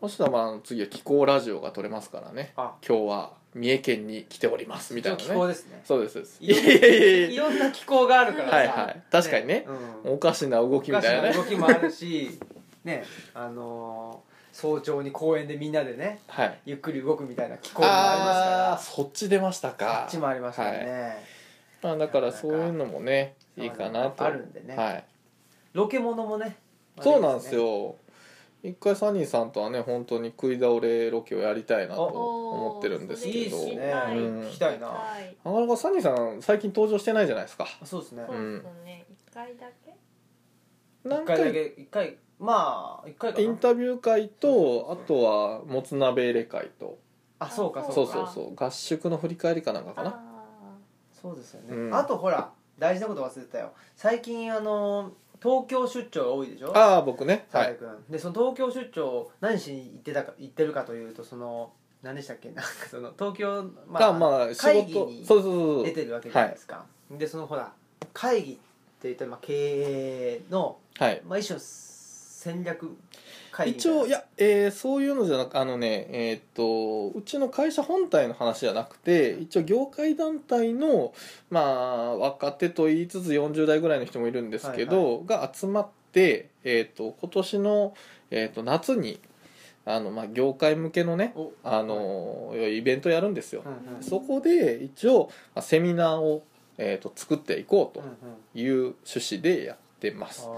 Speaker 3: そしたらまあ次は気候ラジオが撮れますからね
Speaker 1: あ
Speaker 3: 今日は三重県に来ておりますみたいな
Speaker 1: 気候で
Speaker 3: ね
Speaker 1: すね
Speaker 3: そうですそうですい
Speaker 1: いろ
Speaker 3: や
Speaker 1: んない
Speaker 3: やい
Speaker 1: い
Speaker 3: や
Speaker 1: ろんな気候があるからさ
Speaker 3: はいはい確かにね
Speaker 1: うん、
Speaker 3: おかしな動き
Speaker 1: おか
Speaker 3: み
Speaker 1: した
Speaker 3: いな
Speaker 1: な
Speaker 3: ね
Speaker 1: 動きもあるしねあのー早朝に公園でみんなでね
Speaker 3: はい
Speaker 1: ゆっくり動くみたいな気候も
Speaker 3: あ
Speaker 1: あ
Speaker 3: あー
Speaker 1: ります
Speaker 3: そっち出ました
Speaker 1: から
Speaker 3: か
Speaker 1: あっちもありますからね、
Speaker 3: まあだからそういうのもねいいかなと
Speaker 1: あるんでね、
Speaker 3: はい
Speaker 1: ロケものもね
Speaker 3: そうなんですよ一回サニーさんとはね本当に食い倒れロケをやりたいなと思ってるんですけど
Speaker 1: いいですね
Speaker 3: うん
Speaker 1: 聞きたいな
Speaker 3: なかなかサニーさん最近登場してないじゃないですか
Speaker 1: あそうですね
Speaker 2: そうですね一回だけ
Speaker 3: 何
Speaker 1: 回だ
Speaker 3: 回
Speaker 1: け一回まあ一回か
Speaker 3: イン
Speaker 1: な
Speaker 3: タビュー会と
Speaker 1: そうそうそう
Speaker 3: あとはもつ鍋入れ会と
Speaker 1: あそうかそうか
Speaker 3: そ
Speaker 1: そう
Speaker 3: うそうそう合宿の振り返りかなんかかな
Speaker 2: あ
Speaker 1: ですよね、
Speaker 3: うん
Speaker 1: あとほら大事なこと忘れてたよ最近あの東京出張が多いでしょ
Speaker 3: ああ僕ねは
Speaker 1: 佐
Speaker 3: い
Speaker 1: く君でその東京出張何しに行ってたか行ってるかというとその何でしたっけなん かその東京
Speaker 3: がまあ仕
Speaker 1: 会議
Speaker 3: 事
Speaker 1: に
Speaker 3: そうそうそ
Speaker 1: 出
Speaker 3: う
Speaker 1: てるわけじゃないですか、でそのほら会議って言ったらまあ経営の、
Speaker 3: はい
Speaker 1: まあ、一種の戦略会議み
Speaker 3: 一
Speaker 1: たな
Speaker 3: 応いや、えーそういうのじゃなくあのねえーっとうちの会社本体の話じゃなくて一応業界団体のまあ若手と言いつつ40代ぐらいの人もいるんですけど、が集まって、えーっと今年の、えーっと夏にあの、まあ、業界向けのね
Speaker 1: お
Speaker 3: あの、イベントやるんですよ、
Speaker 1: うんうん
Speaker 3: そこで一応まあセミナーを、えーっと作っていこ
Speaker 1: うん
Speaker 3: う
Speaker 1: うん
Speaker 3: という趣旨でやってます、
Speaker 1: あ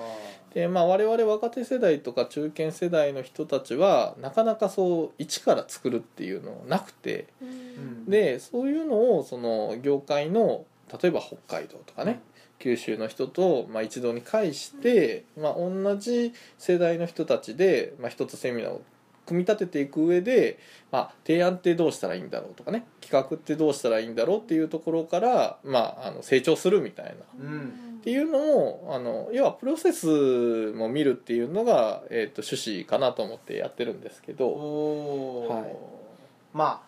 Speaker 3: でまあ、我々若手世代とか中堅世代の人たちはなかなかそう一から作るっていうのなくて
Speaker 2: ーうん
Speaker 1: ーうん
Speaker 3: でそういうのをその業界の例えば北海道とかね九州の人と、まあ、一堂に会して、まあ、同じ世代の人たちで、まあ、一つセミナーを組み立てていく上で、まあ、提案ってどうしたらいいんだろうとかね企画ってどうしたらいいんだろうっていうところから、まあ、あの成長するみたい
Speaker 1: う
Speaker 3: な
Speaker 1: ん
Speaker 3: っていうのをあの要はプロセスも見るっていうのが、えー、と趣旨かなと思ってやってるんですけ
Speaker 1: お
Speaker 3: ど
Speaker 1: おー、
Speaker 3: はい
Speaker 1: ま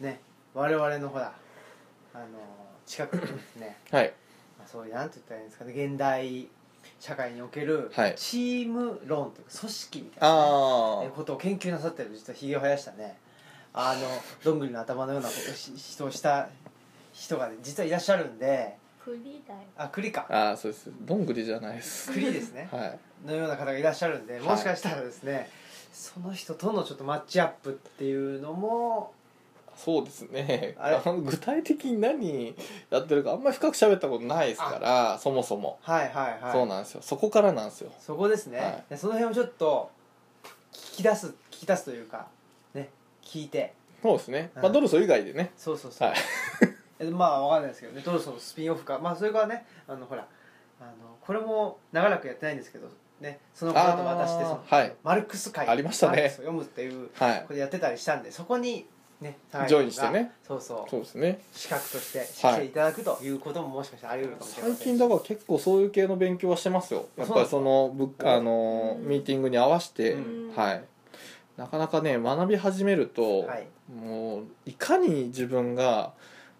Speaker 1: あね我々のほらあの近くにですね
Speaker 3: はい
Speaker 1: まあそういうなんて言ったらいいんですかね現代社会における
Speaker 3: はい
Speaker 1: チーム論というか組織みたいなね、
Speaker 3: あ
Speaker 1: えことを研究なさってる実はひげを生やしたねあのどんぐりの頭のようなことをし人をした人がね、実はいらっしゃるんで
Speaker 2: 栗だよ
Speaker 1: あ栗か
Speaker 3: あああそうですどんぐりじゃないです
Speaker 1: 栗ですね
Speaker 3: はい
Speaker 1: のような方がいらっしゃるんで
Speaker 3: い
Speaker 1: もしかしたらですね、その人とのちょっとマッチアップっていうのも
Speaker 3: そうですね
Speaker 1: あれ
Speaker 3: あの具体的に何やってるかあんまり深く喋ったことないですからそもそも、
Speaker 1: はいはいはい
Speaker 3: そうなんですよそこからなんですよ
Speaker 1: そこですね、
Speaker 3: はい
Speaker 1: でその辺をちょっと聞き出す聞き出すというかね聞いて
Speaker 3: そうですね、
Speaker 1: うん
Speaker 3: まあ、ドルソ以外でね
Speaker 1: そうそうそう、
Speaker 3: はい
Speaker 1: えまあわかんないですけどねどうそのスピンオフかまあそれからねあのほらあのこれも長らくやってないんですけどねその方と私で
Speaker 3: あー
Speaker 1: その
Speaker 3: はい
Speaker 1: マルクス会
Speaker 3: ありましたね
Speaker 1: マルクスを読むっていう
Speaker 3: はい
Speaker 1: これやってたりしたんでそこにね
Speaker 3: ジョインしてね
Speaker 1: そうそう
Speaker 3: そうですね
Speaker 1: 資格としてしていただくということももしかしたらあり得るかもしれ
Speaker 3: 最
Speaker 1: ません
Speaker 3: 近だから結構そういう系の勉強はしてますよやっぱりそのぶっあの
Speaker 2: うん
Speaker 3: ミーティングに合わせて、
Speaker 1: うん
Speaker 3: はいなかなかね学び始めると、
Speaker 1: はい
Speaker 3: もういかに自分が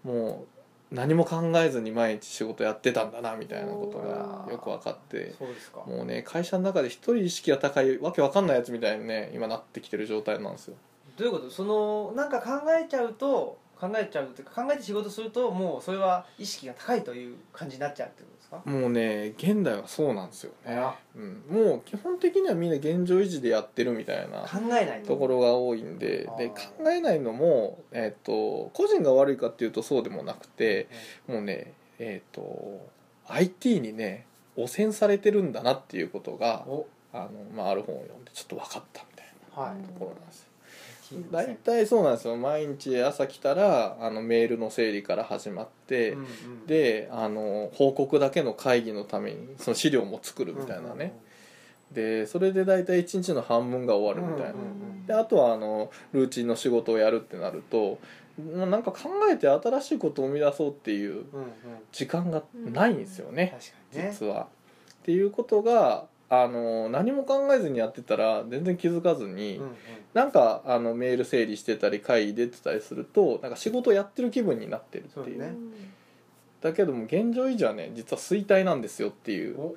Speaker 3: もう何も考えずに毎日仕事やってたんだなみたいなこと
Speaker 1: おー
Speaker 3: がよく分かって
Speaker 1: そうですか
Speaker 3: もうね会社の中で一人意識が高いわけわかんないやつみたいにね今なってきてる状態なんですよ
Speaker 1: どういうことそのなんか考えちゃうと考えちゃうというか考えて仕事するともうそれは意識が高いという感じになっちゃうってことですか
Speaker 3: もうね現代はそうなんですよね
Speaker 1: あ、
Speaker 3: うん、もう基本的にはみんな現状維持でやってるみたいな
Speaker 1: 考えない
Speaker 3: ところが多いんで
Speaker 1: あー
Speaker 3: で考えないのも、えっと個人が悪いかっていうとそうでもなくてもうねえっ、と IT にね汚染されてるんだなっていうことが
Speaker 1: お
Speaker 3: あの、まあ、ある本を読んでちょっと分かったみたい
Speaker 1: は
Speaker 3: なところなんですよ
Speaker 1: い
Speaker 3: 大体そうなんですよ毎日朝来たらあのメールの整理から始まって、
Speaker 1: うんうん
Speaker 3: であの報告だけの会議のためにその資料も作るみたいなね、でそれで大体1日の半分が終わるみたいな、
Speaker 1: うんうん
Speaker 3: であとはあのルーチンの仕事をやるってなるともうなんか考えて新しいことを生み出そうっていう
Speaker 1: うんうん
Speaker 3: 時間がないんですよね、
Speaker 1: 確かにね
Speaker 3: 実は。っていうことがあの何も考えずにやってたら全然気づかずに、
Speaker 1: うんうん
Speaker 3: なんかあのメール整理してたり会議出てたりするとなんか仕事やってる気分になってるって
Speaker 1: そう
Speaker 3: いう
Speaker 1: ね
Speaker 3: だけども現状維持はね実は衰退なんですよっていう
Speaker 1: お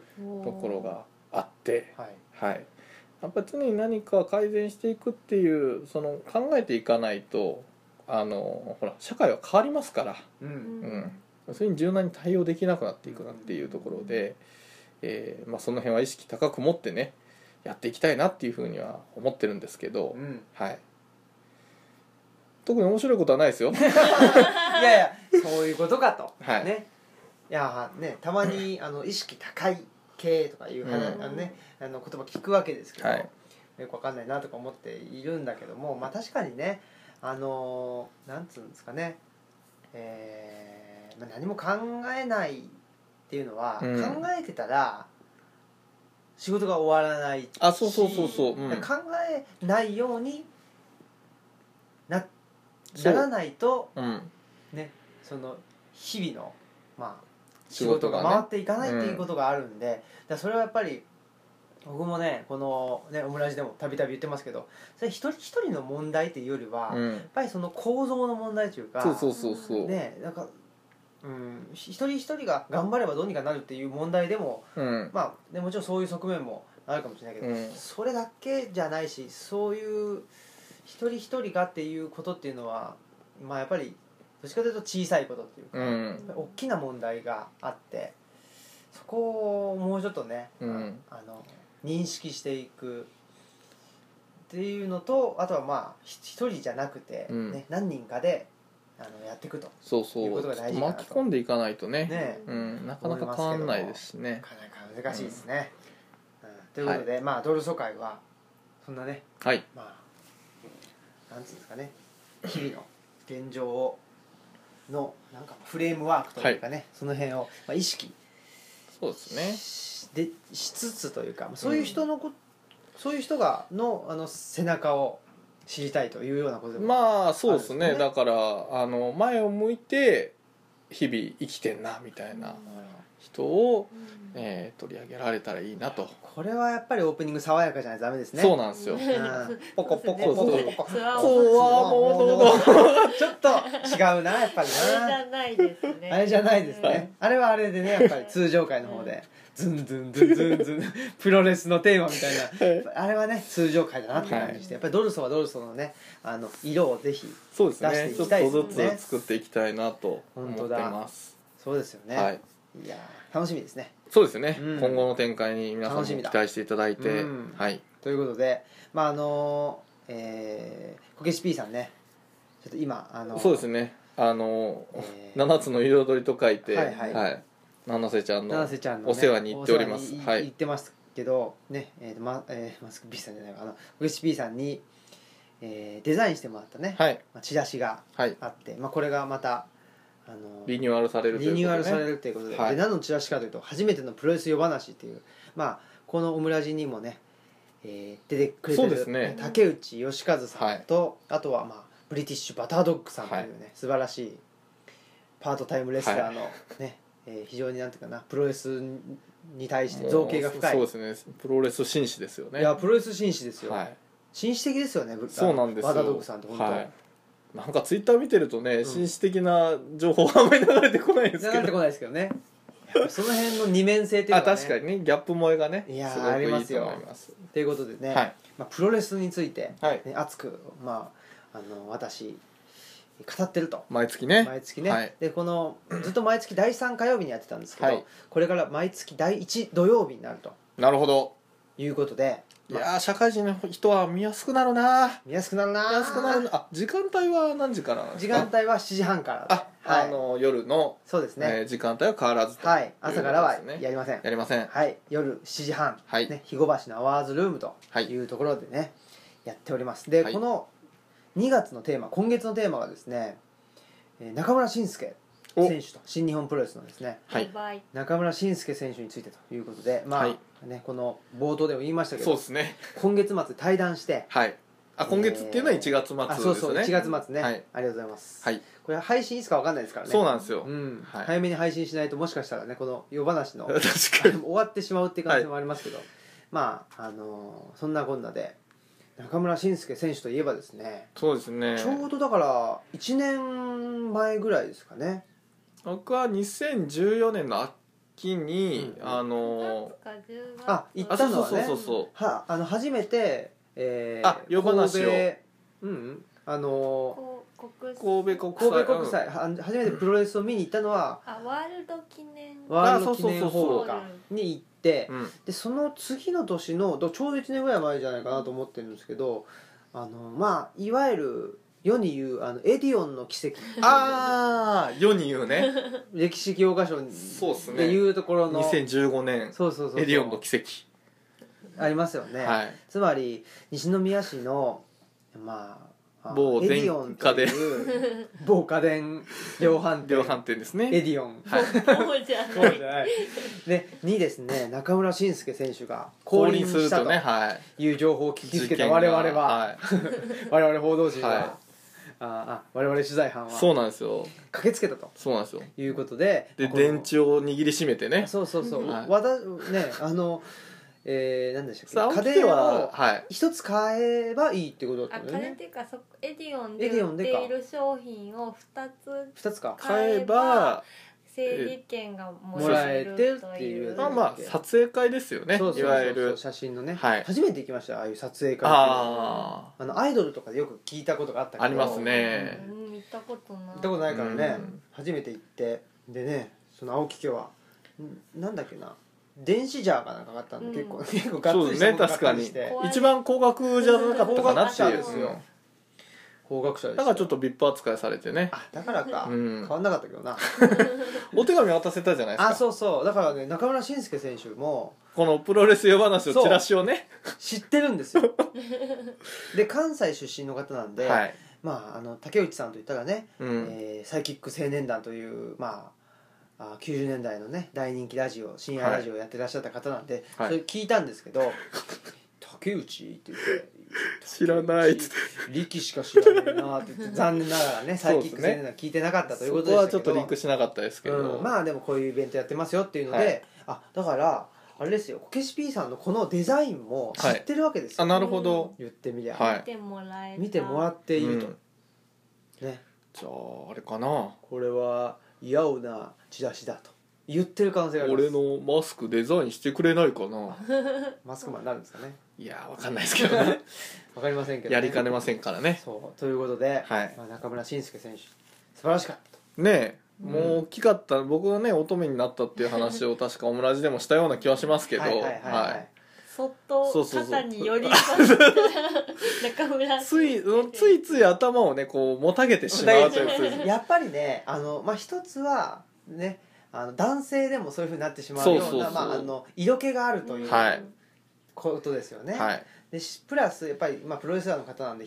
Speaker 3: ところがあって。
Speaker 1: はい
Speaker 3: はい、やっぱり常に何か改善していくっていうその考えていかないとあのほら社会は変わりますから、
Speaker 1: うん
Speaker 2: うん
Speaker 3: うん、それに柔軟に対応できなくなっていくなっていうところで、えーまあ、その辺は意識高く持ってねやっていきたいなっていうふうには思ってるんですけど、
Speaker 1: うん
Speaker 3: はい、特に面白いことはないですよ。
Speaker 1: いやいやそういうことかと
Speaker 3: はい
Speaker 1: ねいやねたま にあの意識高い系とかいう話
Speaker 3: うん
Speaker 1: あのねあの言葉聞くわけですけど
Speaker 3: はい
Speaker 1: よくわかんないなとか思っているんだけどもまあ確かにねあのーなんつうんですかねえーまあ、何も考えないっていうのは、
Speaker 3: うん
Speaker 1: 考えてたら仕事が終わらない、
Speaker 3: あそうそうそうそう、うん、
Speaker 1: 考えないようにな
Speaker 3: そ
Speaker 1: な
Speaker 3: う
Speaker 1: らないと
Speaker 3: うん
Speaker 1: ねその日々のまあ仕
Speaker 3: 仕
Speaker 1: 事
Speaker 3: 事が
Speaker 1: が
Speaker 3: ね
Speaker 1: 回っていかないっていうことがあるんで、だからそれはやっぱり僕もねこの、ね、オムラジでもたびたび言ってますけどそれ一人一人の問題っていうよりは、
Speaker 3: う
Speaker 1: やっ
Speaker 3: ん、
Speaker 1: ぱりその構造の問題というか
Speaker 3: そうそうそうそう、
Speaker 1: ねなんか、うん、ひ一人一人が頑張ればどうにかなるっていう問題でも、
Speaker 3: うん
Speaker 1: まあね、もちろんそういう側面もあるかもしれないけど、
Speaker 3: うん
Speaker 1: それだけじゃないしそういう一人一人がっていうことっていうのはまあやっぱりどっちかというと小さいことっていうか、
Speaker 3: う
Speaker 1: やっ
Speaker 3: ん
Speaker 1: ぱり大きな問題があってそこをもうちょっとね、
Speaker 3: うん
Speaker 1: あの認識していくっていうのとあとはまあひ一人じゃなくて、ね
Speaker 3: うん
Speaker 1: 何人かであのやっていくと。
Speaker 3: そう
Speaker 1: い
Speaker 3: そうう
Speaker 1: ことが大事かなと
Speaker 3: 巻き込んでいかないとね
Speaker 1: ね
Speaker 3: うん、なかなか変わんないですしね
Speaker 1: なかなか難しいですね、うんということで、まあドル疎開はそんなね
Speaker 3: はい
Speaker 1: まあなんつうんですかね日々の現状をのなんかフレームワークというかね、その辺を、まあ、意識
Speaker 3: そうですね
Speaker 1: しでしつつというかそういう人のこ、そういう人がのあの背中を知りたいというようなことでも、
Speaker 3: まあそうです
Speaker 1: あ
Speaker 3: ね
Speaker 1: るんですね
Speaker 3: だからあの前を向いて日々生きてんなみたいな人を、えー取り上げられたらいいなと、
Speaker 1: これはやっぱりオープニング爽やかじゃないとダメですね
Speaker 3: そうなんですよ
Speaker 1: うんポコポコ
Speaker 3: そ
Speaker 1: ポ
Speaker 3: うそう
Speaker 1: コポコ
Speaker 2: ツアー
Speaker 3: こうはもうどうぞ
Speaker 1: ちょっと違うなやっぱり
Speaker 2: あれじゃないですね
Speaker 1: なあれじゃないですねあれはあれでねやっぱり通常回の方でズンズンズンズンズンプロレスのテーマみたいなあれはね通常回だなって感じしてやっぱりドルソはドルソのねあの色をぜひ
Speaker 3: そうです
Speaker 1: 出して
Speaker 3: ね
Speaker 1: い
Speaker 3: ちょ
Speaker 1: き
Speaker 3: った
Speaker 1: い
Speaker 3: とず
Speaker 1: ですね
Speaker 3: つ作っていきたいなと
Speaker 1: 本
Speaker 3: 思って
Speaker 1: 当だ
Speaker 3: ます、
Speaker 1: そうですよね、
Speaker 3: はい、
Speaker 1: いやー楽しみですね
Speaker 3: そうですね、
Speaker 1: うん
Speaker 3: 今後の展開に皆さんも
Speaker 1: 楽しみ
Speaker 3: 期
Speaker 1: だ
Speaker 3: 待していただいて、
Speaker 1: うん
Speaker 3: はい
Speaker 1: ということでまああのーえー、こけし P さんねちょっと今あのー
Speaker 3: そうですねあの
Speaker 1: えー
Speaker 3: 七つの彩りと書いて、
Speaker 1: はいはい
Speaker 3: 七瀬ちゃんの
Speaker 1: 七瀬ちゃんの、ね、
Speaker 3: お世話に行っておりま
Speaker 1: お
Speaker 3: す
Speaker 1: 世話に
Speaker 3: はい
Speaker 1: 行ってますけどねえーとまえーマスク B さんじゃないわあのウエシ B さんに、えーデザインしてもらったね、
Speaker 3: はい
Speaker 1: まあ、チラシが
Speaker 3: はい
Speaker 1: あって、まあ、これがまたあの
Speaker 3: リニューアルされるということ
Speaker 1: リニ
Speaker 3: で、ね、
Speaker 1: ューアルされるということで,、
Speaker 3: はい
Speaker 1: で何のチラシかというと「初めてのプロレス夜話」っていう、まあ、このオムラジにもね、えー出てくれて
Speaker 3: そうです
Speaker 1: る、
Speaker 3: ね
Speaker 1: 竹内義和さんと、あとは、まあ、ブリティッシュバタードッグさんというね、素晴らしいパートタイムレスラーの、ねえー非常になんていうかなプロレスに対して造形が深い、
Speaker 3: そうですねプロレス紳士ですよね
Speaker 1: いやプロレス紳士ですよ、
Speaker 3: はい
Speaker 1: 紳士的ですよね
Speaker 3: そうなんですよ
Speaker 1: バタードッグさんって本当、
Speaker 3: はい、なんかツイッター見てるとね、
Speaker 1: ん
Speaker 3: 紳士的な情報あんまり流れてこないです
Speaker 1: 流
Speaker 3: け
Speaker 1: れて
Speaker 3: ど
Speaker 1: こないですけどねやっぱその辺の二面性というか、
Speaker 3: あ
Speaker 1: ね、
Speaker 3: 確かにねギャップ萌えがね
Speaker 1: いやー
Speaker 3: すごくいいと
Speaker 1: あり
Speaker 3: 思
Speaker 1: ますよ
Speaker 3: います
Speaker 1: ということでね、
Speaker 3: はい
Speaker 1: まあ、プロレスについて、
Speaker 3: はい
Speaker 1: ね、熱く、まあ、あの私語ってると
Speaker 3: 毎月ね
Speaker 1: 毎月ね、
Speaker 3: はい
Speaker 1: でこのずっと毎月第3火曜日にやってたんですけど、
Speaker 3: はい
Speaker 1: これから毎月第1土曜日になると
Speaker 3: なるほど
Speaker 1: いうことで、
Speaker 3: い
Speaker 1: まあ
Speaker 3: やー社会人の人は見やすくなるな
Speaker 1: 見やすくなるな
Speaker 3: 見やすくなるなあ時間帯は何時からなんです
Speaker 1: 時
Speaker 3: か
Speaker 1: 間帯は7時半からで
Speaker 3: あ、
Speaker 1: はい、
Speaker 3: あの夜の、
Speaker 1: そうですね、
Speaker 3: えー時間帯は変わらずと
Speaker 1: はい、朝からは
Speaker 3: ということですね
Speaker 1: やりません
Speaker 3: やりません
Speaker 1: はい、夜7時半、
Speaker 3: はい
Speaker 1: ね、肥後橋のアワーズルームというところでね、やっておりますで、
Speaker 3: はい
Speaker 1: この2月のテーマ今月のテーマがですねえー中村慎介
Speaker 3: お
Speaker 1: 選手と新日本プロレスのですね
Speaker 3: はい
Speaker 2: はい
Speaker 1: 中村慎介選手についてということで、まあ
Speaker 3: はい
Speaker 1: ね、この冒頭でも言いましたけ
Speaker 3: そう
Speaker 1: ど
Speaker 3: ですね
Speaker 1: 今月末対談して
Speaker 3: はいあ今月っていうのは1月末ですね、
Speaker 1: あそうそう1月末ね、
Speaker 3: はい
Speaker 1: ありがとうございます、
Speaker 3: はい
Speaker 1: これは配信いつか分かんないですからね
Speaker 3: そうなんですよ、
Speaker 1: うん
Speaker 3: はい
Speaker 1: 早めに配信しないともしかしたらねこの夜話の
Speaker 3: 確か
Speaker 1: あ
Speaker 3: に
Speaker 1: の終わってしまうっていう可能性もありますけど、まあ、あのーそんなこんなで中村慎介選手といえばですね、
Speaker 3: そうですね
Speaker 1: ちょうどだから1年前ぐらいですかね
Speaker 3: 僕は2014年の秋に、
Speaker 1: うん
Speaker 3: あ
Speaker 2: 9
Speaker 3: の
Speaker 2: 月か10月
Speaker 1: あ行っ
Speaker 3: あ
Speaker 1: た
Speaker 3: そう
Speaker 1: の
Speaker 3: そう
Speaker 1: は
Speaker 3: そ
Speaker 1: ね
Speaker 3: うそうそ
Speaker 1: はあの初めて、えー、
Speaker 3: あ夜話を
Speaker 1: 神戸うんうんあの
Speaker 2: こう国
Speaker 3: う
Speaker 2: 際
Speaker 3: 神戸国
Speaker 1: ー
Speaker 3: 際
Speaker 1: 神戸国際、は初めてプロレスを見に行ったのは
Speaker 2: あワールド記念
Speaker 1: ワールド
Speaker 3: そう
Speaker 1: 記
Speaker 3: そうそう
Speaker 1: 念
Speaker 3: そう
Speaker 1: ホールかに行って
Speaker 3: うん、うん
Speaker 1: でその次の年のどちょうど1年ぐらい前じゃないかなと思ってるんですけどあのまあいわゆる世に言うあのエディオンの奇跡
Speaker 3: ああ世に言うね
Speaker 1: 歴史教科書に
Speaker 3: そうっすね
Speaker 1: でいうところの
Speaker 3: 2015年
Speaker 1: そうそうそう
Speaker 3: エディオンの奇跡
Speaker 1: ありますよね、
Speaker 3: はい
Speaker 1: つまり西宮市のまああ
Speaker 3: 某
Speaker 1: エデ
Speaker 3: 全
Speaker 1: ィオンって いう某家電量販店
Speaker 3: 量販店です
Speaker 1: エ
Speaker 3: ね
Speaker 1: ディオン
Speaker 3: はい
Speaker 2: そう じゃ
Speaker 1: そう
Speaker 2: ない
Speaker 1: じゃないでにですね中村慎介選手が
Speaker 3: 降
Speaker 1: 降
Speaker 3: 臨
Speaker 1: 臨
Speaker 3: する
Speaker 1: した
Speaker 3: と
Speaker 1: と
Speaker 3: ねはい
Speaker 1: いう情報を聞きつけた
Speaker 3: 事件が
Speaker 1: 我々 は、
Speaker 3: はい
Speaker 1: 我々報道陣は、
Speaker 3: はい
Speaker 1: ああ我々取材班は
Speaker 3: そうなんですよ
Speaker 1: 駆けつけたと
Speaker 3: そうなんですよ
Speaker 1: いうことで
Speaker 3: で
Speaker 1: この
Speaker 3: 電池を握りしめてね
Speaker 1: そうそうそう、
Speaker 3: はい
Speaker 1: わたねあの、えー、何でした
Speaker 3: さ
Speaker 1: っ
Speaker 3: あ
Speaker 1: け家
Speaker 3: 起きて
Speaker 1: 電を
Speaker 3: ははい
Speaker 1: 一つ買えばいいってことだ
Speaker 2: あ
Speaker 1: ったんだ
Speaker 2: 金
Speaker 1: よ
Speaker 2: っ
Speaker 1: ね
Speaker 2: ていうかそエディオンで
Speaker 1: エディオ
Speaker 2: 売
Speaker 1: ン
Speaker 2: っ
Speaker 1: でか
Speaker 2: ている商品を2つ
Speaker 1: 二つか
Speaker 3: 買えば
Speaker 2: 整理券がもらえる
Speaker 1: もらえて
Speaker 2: と
Speaker 1: ってい
Speaker 2: いうう
Speaker 3: まあまあ撮影会ですよね
Speaker 1: そうそうそうそう
Speaker 3: いわゆる
Speaker 1: 写真のね、
Speaker 3: はい
Speaker 1: 初めて行きましたああいう撮影会っていうのは
Speaker 3: あ
Speaker 1: あのアイドルとかでよく聞いたことがあったけど
Speaker 3: ありますね
Speaker 2: うん、行ったことない
Speaker 1: 行ったことないからね、
Speaker 3: うん
Speaker 1: 初めて行ってでねその青木家はんなんだっけな電子ジャーがなんかかったんで、
Speaker 2: うん
Speaker 1: 結構結構ガッツリし
Speaker 3: そ
Speaker 1: た
Speaker 3: うね
Speaker 1: ものがあったりして、
Speaker 3: 確
Speaker 2: かに
Speaker 3: あ一番高額じゃなかったかなって
Speaker 1: 高
Speaker 3: い
Speaker 1: 額で
Speaker 3: う
Speaker 1: すよ高額者でし
Speaker 3: うん
Speaker 1: た
Speaker 3: だからちょっと VIP 扱いされてね
Speaker 1: あだからか、
Speaker 3: うん
Speaker 1: 変わんなかったけどな
Speaker 3: お手紙渡せたじゃないですか
Speaker 1: あそうそうだからね中村慎介選手も
Speaker 3: このプロレス用話をチラシをね
Speaker 1: 知ってるんです よで関西出身の方なんで、
Speaker 3: はい、
Speaker 1: まああの竹内さんといったらね、
Speaker 3: うん
Speaker 1: えーサイキック青年団というまああ90年代のね大人気ラジオ深夜ラジオをやってらっしゃった方なんで、
Speaker 3: はい
Speaker 1: それ聞いたんですけど「竹内?」って言って「
Speaker 3: 知らないっつっ
Speaker 1: 力しか知らないな」って 言って残念ながらねサイキック青年団聞いてなかったというこ
Speaker 3: そ
Speaker 1: と
Speaker 3: こ
Speaker 1: で
Speaker 3: は
Speaker 1: し
Speaker 3: ち
Speaker 1: た
Speaker 3: ょっ
Speaker 1: けど
Speaker 3: とリンクしなかったですけど、
Speaker 1: うん、まあでもこういうイベントやってますよっていうので、
Speaker 3: はい
Speaker 1: あだからあれですよこけし P さんのこのデザインも知ってるわけです
Speaker 3: あ
Speaker 1: よ、
Speaker 3: なるほど、
Speaker 1: 言ってみりゃ、
Speaker 3: はい
Speaker 2: 見てもらえた
Speaker 1: 見てもらっていると、
Speaker 3: うん
Speaker 1: ね
Speaker 3: じゃああれかな
Speaker 1: これは嫌なチラシだと言ってる可能性があります
Speaker 3: 俺のマスクデザインしてくれないかな
Speaker 1: マスクマンになるんですかね
Speaker 3: いやわかんないですけどね
Speaker 1: わかりませんけど、
Speaker 3: やりかねませんからね
Speaker 1: そうということで、
Speaker 3: はい
Speaker 1: まあ、中村慎介選手素晴らしかったと
Speaker 3: ねえ、
Speaker 1: うん
Speaker 3: もう大きかった僕がね乙女になったっていう 話を確かオムラジでもしたような気はしますけど
Speaker 1: はいはいはいはい、
Speaker 3: はい
Speaker 2: そっ
Speaker 3: そう
Speaker 2: と
Speaker 3: そうそう
Speaker 2: 肩に寄り添って 中村
Speaker 3: ついうんついつい頭をねこうもたげてしまうという数字
Speaker 1: やっぱりねあの、まあ、一つはねあの男性でもそういうふうになってしまうような
Speaker 3: そうそうそう
Speaker 1: まあ、あの色気があるという
Speaker 3: はい
Speaker 1: ことですよね、
Speaker 3: はい
Speaker 1: でしプラスやっぱり、まあ、プロレスラーの方なんで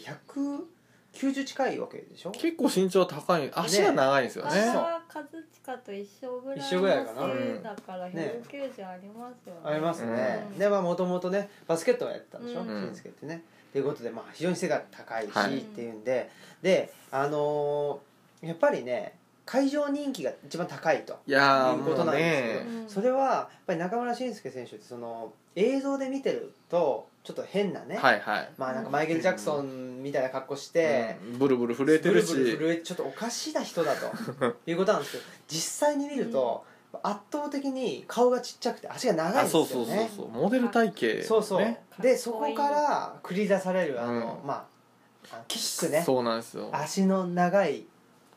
Speaker 1: 190近いわけでしょ
Speaker 3: 結構身長高い足が長いんですよ
Speaker 2: あ
Speaker 3: ね
Speaker 2: れは和親と一緒ぐらいの
Speaker 1: 一緒ぐらいかな
Speaker 2: 背だから
Speaker 1: ね
Speaker 2: 190ありますよね
Speaker 1: ありますね、
Speaker 2: うん
Speaker 1: でまあもともとねバスケットをやってたんでしょ
Speaker 2: うん
Speaker 1: 俊介、ってねということで、まあ、非常に背が高いし、
Speaker 3: はい
Speaker 1: っていうんでであのーやっぱりね会場人気が一番高いと
Speaker 3: いやー
Speaker 1: いうこと
Speaker 3: も
Speaker 1: な
Speaker 3: うん
Speaker 1: ですけ
Speaker 3: ね
Speaker 1: ど、
Speaker 2: うん
Speaker 1: それはやっぱり中村俊輔選手ってその映像で見てるとちょっと変なね、
Speaker 3: はいはい、
Speaker 1: まあなんかマイケル・ジャクソンみたいな格好して、
Speaker 3: うんブルブル震えてるし
Speaker 1: ブルブル震えてちょっとおかしな人だということなんですけど実際に見ると、圧倒的に顔がちっちゃくて足が長いん
Speaker 3: あ
Speaker 1: ですよ
Speaker 3: そ
Speaker 1: ね
Speaker 3: うそうそうそうモデル体型、ね、
Speaker 1: そうそう、
Speaker 2: かっこい
Speaker 1: で
Speaker 2: い
Speaker 1: そこから繰り出されるあの、
Speaker 3: うん
Speaker 1: まああのキックね
Speaker 3: そうなんですよ
Speaker 1: 足の長い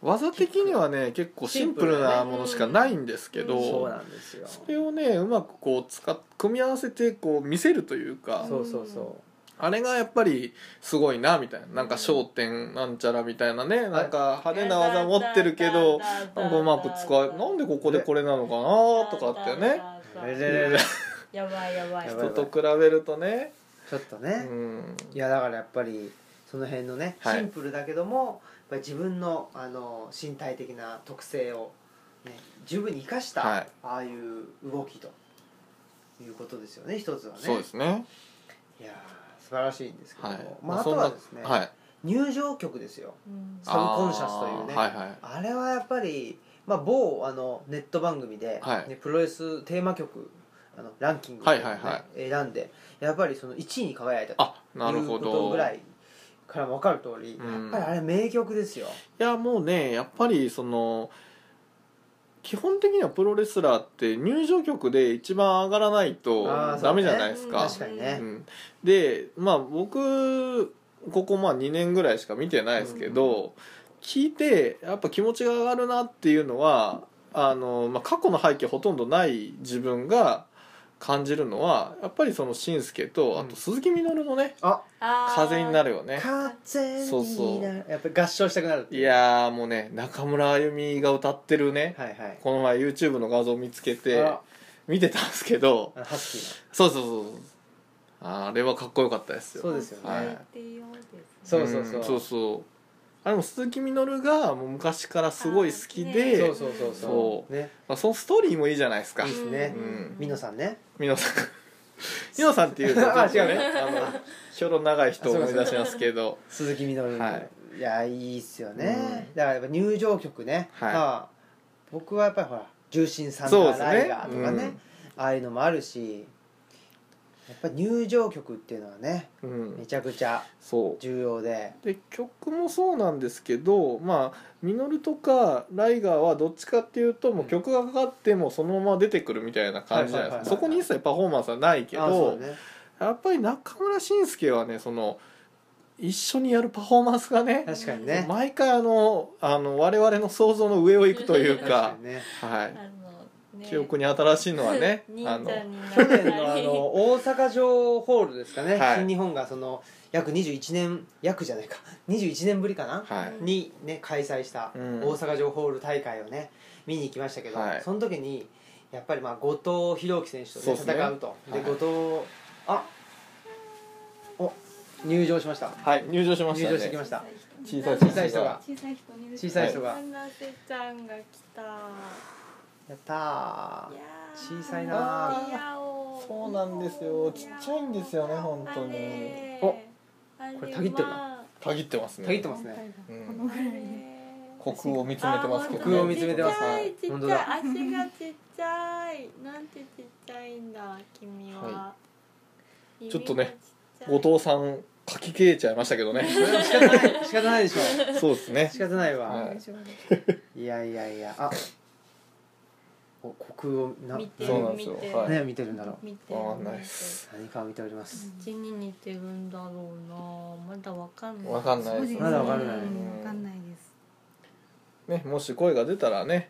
Speaker 3: 技的にはね結構シンプルなものしかないんですけ
Speaker 2: うん
Speaker 3: ど、
Speaker 1: んですよ
Speaker 3: それをねうまくこう使っ組み合わせてこう見せるというか、
Speaker 1: そうそうそ
Speaker 3: あれがやっぱりすごいなみたいななんか『焦点』なんちゃらみたいなねなんか派手な技持ってるけどなんかうまく使うなんでここでこれなのかなとかってね
Speaker 1: う、
Speaker 2: ね
Speaker 1: ででで
Speaker 2: やばいやばい
Speaker 1: やばい
Speaker 3: 人と比べるとね
Speaker 1: ちょっと
Speaker 3: う
Speaker 1: ね、
Speaker 3: ん
Speaker 1: いやだからやっぱりその辺のね
Speaker 3: はい
Speaker 1: シンプルだけども、やっぱり自分のあの身体的な特性を、ね、十分に生かした、
Speaker 3: はい
Speaker 1: ああいう動きということですよね一つはね
Speaker 3: そうですね
Speaker 1: いやー素晴らしいんですけど
Speaker 3: は
Speaker 1: も、
Speaker 3: い
Speaker 1: まあ、あ
Speaker 3: そ
Speaker 1: と
Speaker 3: んな
Speaker 1: はですね、
Speaker 3: はい
Speaker 1: 入場曲ですよ
Speaker 2: うん
Speaker 1: サブコンシャスというね
Speaker 3: あーはいはい
Speaker 1: あれはやっぱり、まあ、某あのネット番組で、
Speaker 3: はい
Speaker 1: ね、プロレステーマ曲あのランキングをね、
Speaker 3: はいはいは
Speaker 1: 選んでやっぱりその1位に輝いた
Speaker 3: あな
Speaker 1: とい
Speaker 3: る
Speaker 1: う
Speaker 3: ほ
Speaker 1: こと
Speaker 3: ど
Speaker 1: ぐらいからも分かる通り、
Speaker 3: うん
Speaker 1: やっぱりあれ名曲ですよ、
Speaker 3: いやもうねやっぱりその基本的にはプロレスラーって入場曲で一番上がらないと
Speaker 1: あーそうね
Speaker 3: ダメじゃないですか
Speaker 1: 確かにね
Speaker 3: うん、でまあ僕ここまあ2年ぐらいしか見てないですけど、聞いてやっぱ気持ちが上がるなっていうのはあの、まあ、過去の背景ほとんどない自分が感じるのはやっぱりその紳助とあと鈴木みのるのね、
Speaker 2: あー
Speaker 3: 風になるよね
Speaker 1: 風
Speaker 3: そう
Speaker 1: に
Speaker 3: そ
Speaker 1: なるやっぱり合唱したくなるって
Speaker 3: いうやーもうね中村あゆみが歌ってるね、
Speaker 1: はいはい
Speaker 3: この前 YouTube の画像見つけ
Speaker 1: あ
Speaker 3: て
Speaker 1: ら
Speaker 3: 見てたんですけど
Speaker 1: あのハスキー
Speaker 3: そうそうそうあれはかっこよかったですよ
Speaker 1: そうですよね
Speaker 3: はい
Speaker 1: そうそうそうん
Speaker 3: そうそうあれも鈴木みのるがもう昔からすごい好きで、
Speaker 1: そうそうそうそ
Speaker 3: そう
Speaker 1: ね
Speaker 3: まあ、そのストーリーもいいじゃないですか
Speaker 1: いいっすね
Speaker 3: うん
Speaker 1: 美濃さんね
Speaker 3: みのさんみのさんっ ていうとちょっとねあのひょろ長い人を思い出しますけど
Speaker 1: 鈴木みのる、、
Speaker 3: はい
Speaker 1: やいいっすよね、
Speaker 3: うん
Speaker 1: だからやっぱ入場曲ね、
Speaker 3: はい
Speaker 1: まあ僕はやっぱりほら「重心サンダ
Speaker 3: そうで
Speaker 1: ー
Speaker 3: す
Speaker 1: ライ
Speaker 3: ね
Speaker 1: ガー」とかね
Speaker 3: うん
Speaker 1: ああいうのもあるしやっぱり入場曲っていうのはね
Speaker 3: う
Speaker 1: め
Speaker 3: ん
Speaker 1: ちゃくちゃ
Speaker 3: そう
Speaker 1: 重要で
Speaker 3: で曲もそうなんですけどまあミノルとかライガーはどっちかっていうともう曲がかかってもそのまま出てくるみたいな感じじゃないですか
Speaker 1: はいはいはい
Speaker 3: そ
Speaker 1: はい
Speaker 3: こに一切パフォーマンスはないけ
Speaker 1: あそう
Speaker 3: ど
Speaker 1: だね
Speaker 3: やっぱり中村慎介はねその一緒にやるパフォーマンスがね
Speaker 1: 確かに ね
Speaker 3: 毎回あのあの我々の想像の上を行くとい う
Speaker 1: 確か
Speaker 3: か
Speaker 1: にね
Speaker 3: はい
Speaker 2: の
Speaker 3: 記憶に新しいのはね
Speaker 2: 忍
Speaker 3: あ
Speaker 2: 者
Speaker 3: の
Speaker 2: に
Speaker 1: 去
Speaker 2: な
Speaker 1: 年
Speaker 2: り
Speaker 1: のあの大阪城ホールですかね、
Speaker 3: はい
Speaker 1: 新日本がその約21年約じゃないか21年ぶりかな、
Speaker 3: はい
Speaker 1: に、ね、開催した
Speaker 3: うん
Speaker 1: 大阪城ホール大会をね見に行きましたけど、
Speaker 3: はい
Speaker 1: その時にやっぱりまあ後藤弘樹選手と
Speaker 3: そう
Speaker 1: ね、
Speaker 3: ですね
Speaker 1: 戦うとで、
Speaker 3: はい
Speaker 1: 後藤あお入場しました
Speaker 3: はい入場しまし
Speaker 1: 入
Speaker 3: た
Speaker 1: 場してき
Speaker 3: ね
Speaker 1: ま した
Speaker 3: 小さい
Speaker 1: 小さい人が
Speaker 4: 小さい人に
Speaker 1: 小さい人が、
Speaker 2: 花瀬ちゃんが来た
Speaker 1: やったー
Speaker 2: いやー
Speaker 1: 小さいな
Speaker 3: ー
Speaker 2: いやー
Speaker 3: そうなんですよちっちゃいんですよね本当に
Speaker 2: お
Speaker 1: これたぎってる
Speaker 2: な
Speaker 3: たぎってますね
Speaker 1: たぎってますね
Speaker 3: うん
Speaker 4: このぐらいで
Speaker 3: 虚空を見つめてますけど
Speaker 1: 虚空を見つめてます
Speaker 2: ねちっちゃいちっ
Speaker 1: 本当
Speaker 2: ち
Speaker 1: だ
Speaker 2: ゃい足がちっちゃいなんてちっちゃいんだ君は、
Speaker 3: は
Speaker 2: 指
Speaker 3: ちょっとね
Speaker 2: がちちゃい
Speaker 3: 後藤さん書き消えちゃいましたけどね
Speaker 1: それは仕方ない仕方ないでしょ
Speaker 3: そうですね
Speaker 1: 仕方ないわ、
Speaker 3: はい
Speaker 4: 大丈夫です
Speaker 1: いやいやいやあお虚空をな
Speaker 2: 見てる
Speaker 3: そうなんですよ
Speaker 2: 見てる
Speaker 3: はい
Speaker 1: 何を見てるんだろう
Speaker 2: 見て
Speaker 3: わかんないっす
Speaker 1: 何かを見ております
Speaker 2: 見て何に似てるんだろうなまだわかんない
Speaker 3: わかんな
Speaker 4: そう
Speaker 3: いで
Speaker 4: で
Speaker 3: すす
Speaker 4: ね
Speaker 1: まだわかんない
Speaker 4: うんわかんないです
Speaker 3: ねもし声が出たらね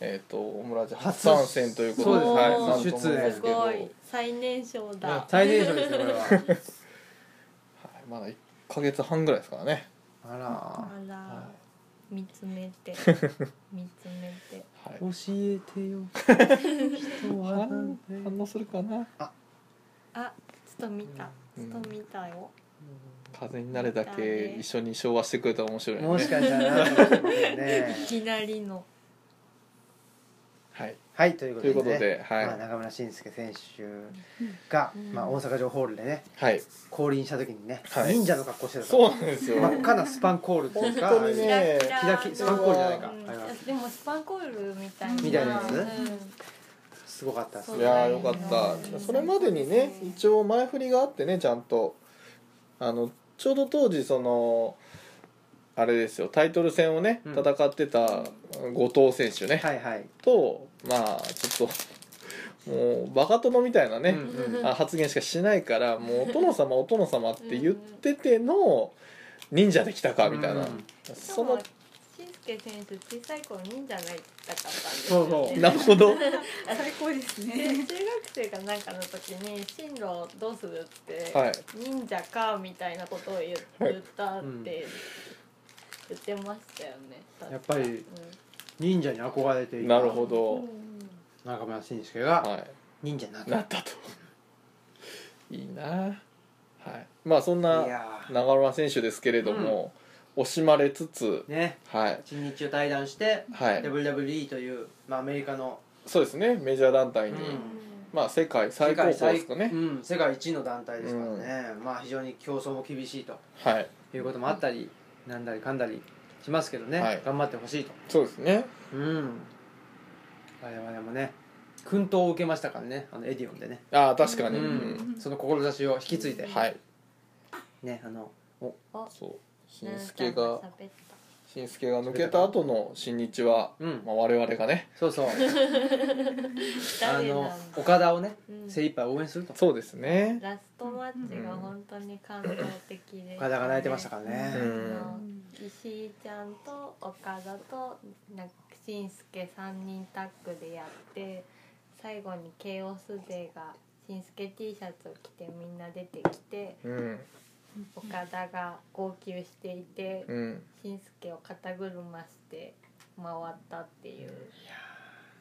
Speaker 3: えっ、とオムラジ初参戦ということで
Speaker 2: そう
Speaker 3: はい
Speaker 2: です
Speaker 3: なんとも思うんです
Speaker 2: す
Speaker 3: けど、
Speaker 2: ご
Speaker 3: はいい、
Speaker 2: 最年少だ
Speaker 1: 最年少ですねこれは
Speaker 3: まだ一ヶ月半ぐらいですからね
Speaker 1: あ
Speaker 2: あ
Speaker 3: は
Speaker 2: ら見つめ て見つめて
Speaker 3: い、はい
Speaker 1: ら教えてよ人はなん
Speaker 3: 反
Speaker 1: て
Speaker 3: 反応するかな
Speaker 2: あちょっと見た
Speaker 3: う
Speaker 2: ち
Speaker 3: ん
Speaker 2: ょっと見たよ
Speaker 3: 風になれだけ一緒に昭和してくれたら面白いね
Speaker 1: もしかしたらなんかね
Speaker 2: いきなりの
Speaker 3: はい
Speaker 1: はいということ
Speaker 3: と
Speaker 1: で,、
Speaker 3: いう
Speaker 1: ね
Speaker 3: ことではい、
Speaker 1: まあ、中村慎介選手が、
Speaker 2: うん
Speaker 1: まあ、大阪城ホールでね
Speaker 3: はい
Speaker 1: 降臨した時にね、
Speaker 3: はい
Speaker 1: 忍者の格好してたから
Speaker 3: そうなんですよ
Speaker 1: 真っ赤なスパンコールっていうんですか
Speaker 3: 本当にね
Speaker 1: キラキラスパンコールじゃないか
Speaker 2: うん
Speaker 1: あれは
Speaker 2: でもスパンコールみたいな
Speaker 1: みたいなやつ
Speaker 2: うん
Speaker 1: すごかったです
Speaker 3: い
Speaker 1: ね
Speaker 3: やーよかったそれまでにね一応前振りがあってねちゃんとあのちょうど当時そのあれですよタイトル戦をね
Speaker 1: うん
Speaker 3: 戦ってた後藤選手ね、
Speaker 1: はいはい
Speaker 3: とまあちょっともうバカ殿みたいなね、
Speaker 1: うんうん
Speaker 3: あ発言しかしないからもうお殿 様お殿様って言ってての忍者できたかみたいな、
Speaker 1: うん
Speaker 3: その
Speaker 2: しんすけ選手小さい頃忍者になりたかったんです
Speaker 1: そ
Speaker 2: よ
Speaker 1: うそ
Speaker 3: なる ほど
Speaker 4: 最高です
Speaker 2: で
Speaker 4: ね
Speaker 2: 中学生かなんかの時に進路どうするって、
Speaker 3: はい
Speaker 2: 忍者かみたいなことを言っ
Speaker 3: はい
Speaker 2: 言ったっ
Speaker 1: うん
Speaker 2: て言ってましたよね確か
Speaker 1: やっぱり忍者に憧れていた
Speaker 3: なるほ
Speaker 2: う
Speaker 3: ど
Speaker 2: ん、
Speaker 1: 中村慎介が
Speaker 3: はい
Speaker 1: 忍者になった、
Speaker 3: なったと いいなはいまあそんない
Speaker 1: や
Speaker 3: 長浦選手ですけれども、惜しまれつつ
Speaker 1: ーね
Speaker 3: はい
Speaker 1: 一日を対談して
Speaker 3: はい
Speaker 1: WWE という、まあ、アメリカの
Speaker 3: そうですねメジャー団体に、
Speaker 1: うん
Speaker 3: まあ世界最高峰ですかね
Speaker 1: うん、世界一の団体ですからね、まあ非常に競争も厳しいと
Speaker 3: はい
Speaker 1: いうこともあったり、なんだりかんだりしますけどね、
Speaker 3: はい
Speaker 1: 頑張ってほしいと
Speaker 3: そうですね
Speaker 1: うん我々もね薫陶を受けましたからねあのエディオンでね、
Speaker 3: ああ確か
Speaker 1: う
Speaker 3: に、うん
Speaker 1: ん、その志を引き継いで、
Speaker 3: はい
Speaker 1: ねあのお
Speaker 3: そう新助が
Speaker 2: なんか喋っ
Speaker 3: 新助が抜けた後の新日は、
Speaker 1: うん
Speaker 3: まあ、我々がね
Speaker 1: そうそう
Speaker 2: た
Speaker 1: あ
Speaker 2: 誰な
Speaker 1: の
Speaker 2: んだ
Speaker 1: 岡田をね
Speaker 2: うん
Speaker 1: 精一杯応援すると、
Speaker 3: そうですね
Speaker 2: ラストマッチが本当に感動的で、ね、
Speaker 1: 岡田が泣いてましたからね、
Speaker 3: う
Speaker 2: あ
Speaker 3: ん
Speaker 2: の石井ちゃんと岡田となんか紳助3人タッグでやって最後にケイオス勢が紳助 T シャツを着てみんな出てきて
Speaker 3: うん
Speaker 2: 岡田が号泣していて
Speaker 3: うん
Speaker 2: 紳助を肩車して回ったっていう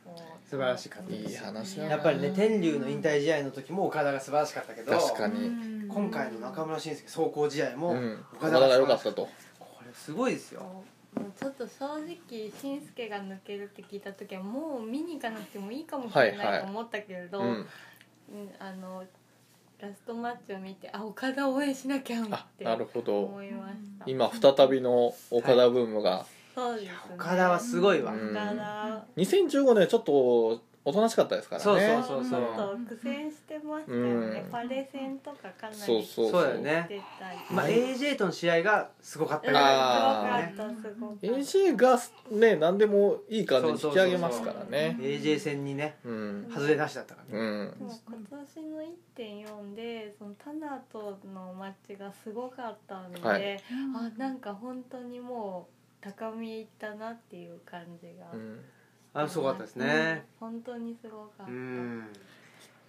Speaker 2: もう
Speaker 1: 素晴らしかったで
Speaker 3: いい
Speaker 1: すよ
Speaker 3: 話
Speaker 2: い
Speaker 3: だ
Speaker 1: やっぱりね天竜の引退試合の時も岡田が素晴らしかったけど
Speaker 3: 確か
Speaker 4: う
Speaker 3: に
Speaker 4: ん
Speaker 1: 今回の中村俊輔壮行試合
Speaker 3: う
Speaker 1: も
Speaker 3: ん
Speaker 1: 岡
Speaker 3: 岡
Speaker 1: 田
Speaker 3: 田
Speaker 1: が
Speaker 3: が
Speaker 1: 良
Speaker 3: 良
Speaker 1: か
Speaker 3: か
Speaker 1: っ
Speaker 3: ったたと
Speaker 1: これすごいですよ
Speaker 2: もうちょっと正直しんすけが抜けるって聞いた時はもう見に行かなくてもいいかもしれ
Speaker 3: はいは
Speaker 2: ない
Speaker 3: い
Speaker 2: と思ったけれど、
Speaker 3: うん
Speaker 2: うんあのラストマッチを見てあ岡田応援しなきゃっ
Speaker 3: あ
Speaker 2: て
Speaker 3: なるほど
Speaker 2: 思いました
Speaker 3: 今再びの岡田ブームが
Speaker 2: そうですね
Speaker 1: 岡田はすごいわ、
Speaker 3: うん
Speaker 2: 岡田
Speaker 3: 2015年ちょっとおとなしかったですからね
Speaker 1: そうそうそうそう
Speaker 2: ちょっと苦戦してましたよね、
Speaker 3: うん
Speaker 2: パレ戦とかかなり
Speaker 3: そうそう
Speaker 1: そうだよね
Speaker 2: 出たり
Speaker 1: まあ、AJ との試合がすごかった
Speaker 2: うん
Speaker 1: ぐらい
Speaker 3: あ
Speaker 1: です
Speaker 2: すごかったすごかった
Speaker 3: AJ がね何でもいい感じに引き上げますから
Speaker 1: よ
Speaker 3: ね
Speaker 1: ね AJ 戦にね
Speaker 3: うん
Speaker 1: 外れなしだったからね、
Speaker 3: うん
Speaker 2: でも今年の1.4でそのタナとのマッチがすごかったので、
Speaker 3: はい
Speaker 2: あなんか本当にもう高みいったなっていう感じが、
Speaker 3: うん
Speaker 1: あのすごかったですね
Speaker 2: 本当にすごかった、
Speaker 1: うん、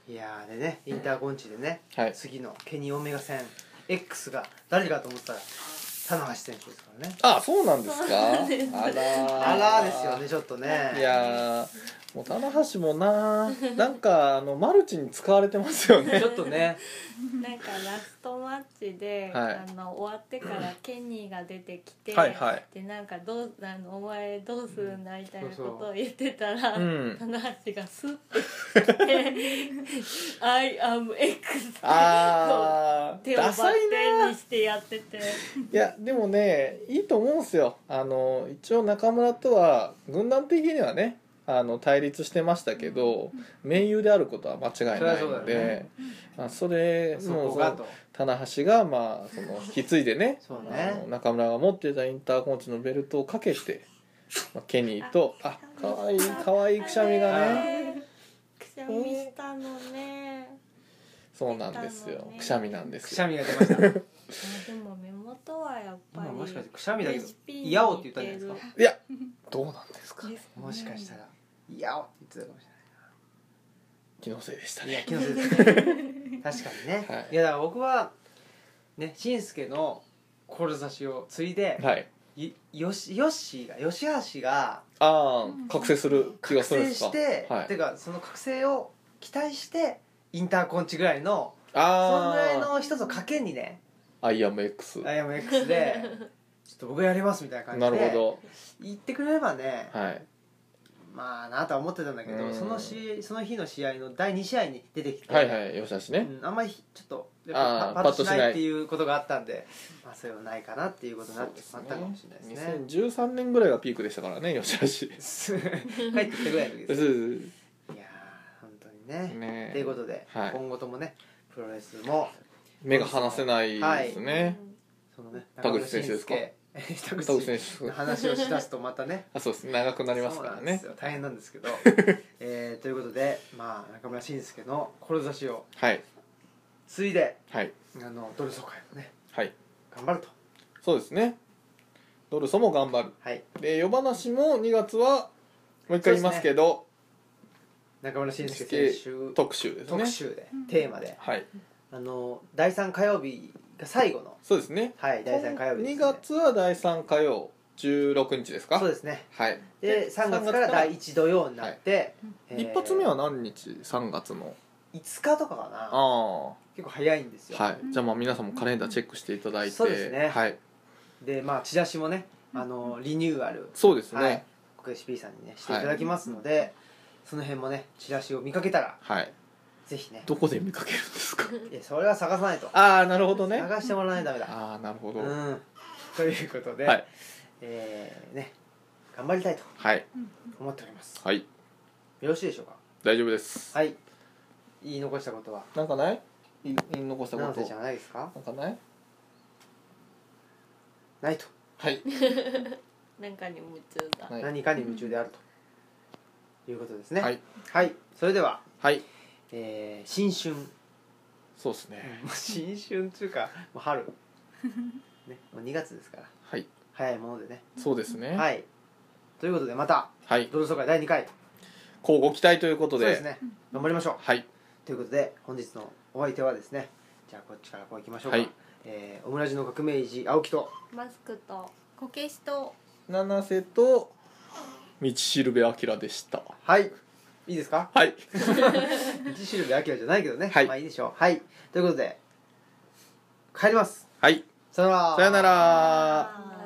Speaker 1: いやーでねインターコンチでね
Speaker 3: はい
Speaker 1: 次のケニー・オメガ戦 X が誰かと思ったら棚橋選手ですからね
Speaker 3: あそうなんです
Speaker 2: そう
Speaker 3: か
Speaker 2: なんです
Speaker 3: あら
Speaker 1: あらーですよねちょっとね
Speaker 3: いやーもう棚橋もななんかあのマルチに使われてますよ ね
Speaker 1: ちょっと ね
Speaker 2: なんかラストマッチで、
Speaker 3: はい
Speaker 2: あの終わってからケニーが出てきて、
Speaker 3: はいはい
Speaker 2: でなんかどうあの「お前どうするんだ」みたいなことを言ってたら、
Speaker 3: うん
Speaker 2: 棚橋がスッて 来て「I am X」
Speaker 3: あー
Speaker 2: 手をバ
Speaker 3: ダ
Speaker 2: ッ
Speaker 3: サい
Speaker 2: テン
Speaker 3: な
Speaker 2: にしてやってて
Speaker 3: いやでもねいいと思うんですよあの一応中村とは軍団的にはねあの対立してましたけど盟友であることは間違いな
Speaker 1: そり
Speaker 3: いの
Speaker 1: ゃそうだよ
Speaker 3: で
Speaker 1: ね
Speaker 3: あそれ
Speaker 1: そ
Speaker 3: もう
Speaker 1: こ
Speaker 3: そ
Speaker 1: が
Speaker 3: の
Speaker 1: と
Speaker 3: 棚橋がまあその引き継いで ね
Speaker 1: そう
Speaker 3: あの
Speaker 1: ね
Speaker 3: 中村が持ってたインターコンチのベルトをかけて、まあ、ケニーとあ可愛い可愛いくしゃみがね
Speaker 2: くしゃみしたのね
Speaker 3: そうなんですよ、くしゃみなんで
Speaker 1: く
Speaker 3: す
Speaker 1: しゃ
Speaker 3: よ
Speaker 1: みが出ました
Speaker 2: あでも目元はやっぱ
Speaker 1: 今
Speaker 2: り
Speaker 1: もしかしてくしゃみだけど
Speaker 2: HP に
Speaker 1: 「いやお」って言ったんじゃないですか
Speaker 3: いやどうなんですか
Speaker 4: ですね
Speaker 1: もしかしたら「いやお」って言ってたかもし
Speaker 3: 気のせいでした
Speaker 1: れないいや
Speaker 3: ね
Speaker 1: 気のせいです 確かにね、
Speaker 3: はい
Speaker 1: い、やだから僕はねしんすけの志を継いで、
Speaker 3: はい
Speaker 1: いよしよっしーが吉橋が
Speaker 3: あ
Speaker 4: うん
Speaker 3: あ覚醒する気が
Speaker 1: 覚
Speaker 3: するん
Speaker 1: 醒
Speaker 3: ですか
Speaker 1: して、
Speaker 3: はい
Speaker 1: ていうかその覚醒を期待してインターコンチぐらいのそのぐらい
Speaker 3: あ
Speaker 1: の一つの賭けにね
Speaker 3: あアイアム X
Speaker 1: IMX で ちょっと僕やりますみたいな感じ
Speaker 3: な
Speaker 1: で
Speaker 3: るほ
Speaker 1: 言ってくれればね、
Speaker 3: どはい
Speaker 1: まあなとは思ってたんだけど、
Speaker 3: うん
Speaker 1: そのしその日の試合の第2試合に出てきて、
Speaker 3: はいはいよしあしね
Speaker 1: うんあんまりちょっと
Speaker 3: あー
Speaker 1: パッとし
Speaker 3: パッとしな
Speaker 1: ないいっていうことがあったんで、まあ、それはないかなっていうことになってしまったかもしれないですね。
Speaker 3: 2013年ぐらいがピークでしたからねよしあ
Speaker 1: 帰
Speaker 3: し
Speaker 1: ってきたぐらいの時ですいやー本当にね
Speaker 3: ね
Speaker 1: ということで、
Speaker 3: はい
Speaker 1: 今後ともねプロレスも
Speaker 3: 目が離せないですね
Speaker 1: そのね
Speaker 3: 田口選手ですか
Speaker 1: 中村慎介
Speaker 3: 田口
Speaker 1: 田
Speaker 3: 選
Speaker 1: 口
Speaker 3: 手
Speaker 1: の話をしだすとまたね
Speaker 3: あそうです長 くなります
Speaker 1: そう
Speaker 3: か
Speaker 1: な
Speaker 3: ら
Speaker 1: んで
Speaker 3: ね
Speaker 1: すよ大変なんです けど、えーということで、まあ、中村慎介の志を
Speaker 3: はい
Speaker 1: 継いで
Speaker 3: はい
Speaker 1: あのドル総会をね
Speaker 3: はい
Speaker 1: 頑張ると
Speaker 3: そうですねドルソも頑張る
Speaker 1: はい
Speaker 3: で夜話も2月はもう一回言いますけど
Speaker 1: 中村慎介選手
Speaker 3: 特集ですね
Speaker 1: 特集でテーマで
Speaker 3: はい
Speaker 1: あの第3火曜日が最後の
Speaker 3: そうですね
Speaker 1: はい第3火曜日です、ね、
Speaker 3: 2月は第3火曜16日ですか
Speaker 1: そうですね
Speaker 3: はい
Speaker 1: で3月から第1土曜になって、えー
Speaker 3: 一発目は何日3月の
Speaker 1: 5日とかかな
Speaker 3: あ
Speaker 1: 結構早いんです
Speaker 3: あ
Speaker 1: よ、
Speaker 3: はいじゃあまあ皆さんもカレンダーチェックしていただいて
Speaker 1: そうですね
Speaker 3: はい
Speaker 1: でまあチラシもねあのリニューアル
Speaker 3: そうです
Speaker 1: はい
Speaker 3: ね、
Speaker 1: 国士 P さんにねしていただきますので、その辺もねチラシを見かけたら
Speaker 3: はい、
Speaker 1: ぜひね
Speaker 3: どこで見かけるんで すか
Speaker 1: いやそれは探さないと
Speaker 3: ああなるほどね
Speaker 1: 探してもらわないとダメだ
Speaker 3: ああなるほど、
Speaker 1: うんということで、
Speaker 3: はい
Speaker 1: えーね頑張りたいと
Speaker 3: はい
Speaker 1: 思っております
Speaker 3: はい
Speaker 1: よろしいでしょうか
Speaker 3: 大丈夫です、
Speaker 1: はい言い残したことは
Speaker 3: なんかないい言い残したこ
Speaker 1: な
Speaker 3: と
Speaker 1: 瀬じゃないですか
Speaker 3: なんかない
Speaker 1: ないと、
Speaker 3: はい
Speaker 2: なんかに夢中だ
Speaker 3: はい
Speaker 1: 何かに夢中であるということですね
Speaker 3: はい、
Speaker 1: はいそれでは、
Speaker 3: はい、
Speaker 1: えー新春
Speaker 3: そうですね
Speaker 1: もう新春っていうかもう春ねもう2月ですから
Speaker 3: はい
Speaker 1: 早いものでね
Speaker 3: そうですねはい、
Speaker 1: はいということでまた同窓会第2回
Speaker 3: こうご期待というこ
Speaker 1: そ
Speaker 3: と
Speaker 1: う
Speaker 3: で
Speaker 1: ですね頑張りましょう
Speaker 3: はい
Speaker 1: ということで本日のお相手はですねじゃあこっちからこういきましょうか、
Speaker 3: はい
Speaker 1: えーオムラジの革命児青木と
Speaker 2: マスクと
Speaker 4: こけしと
Speaker 3: 七瀬と道しるべ明でした
Speaker 1: はいいいですか
Speaker 3: はい
Speaker 1: 一種類で秋はじゃないけどね、
Speaker 3: はい
Speaker 1: まあいいでしょうはいということで帰ります
Speaker 3: はい
Speaker 1: さよなら
Speaker 3: さよなら
Speaker 2: あー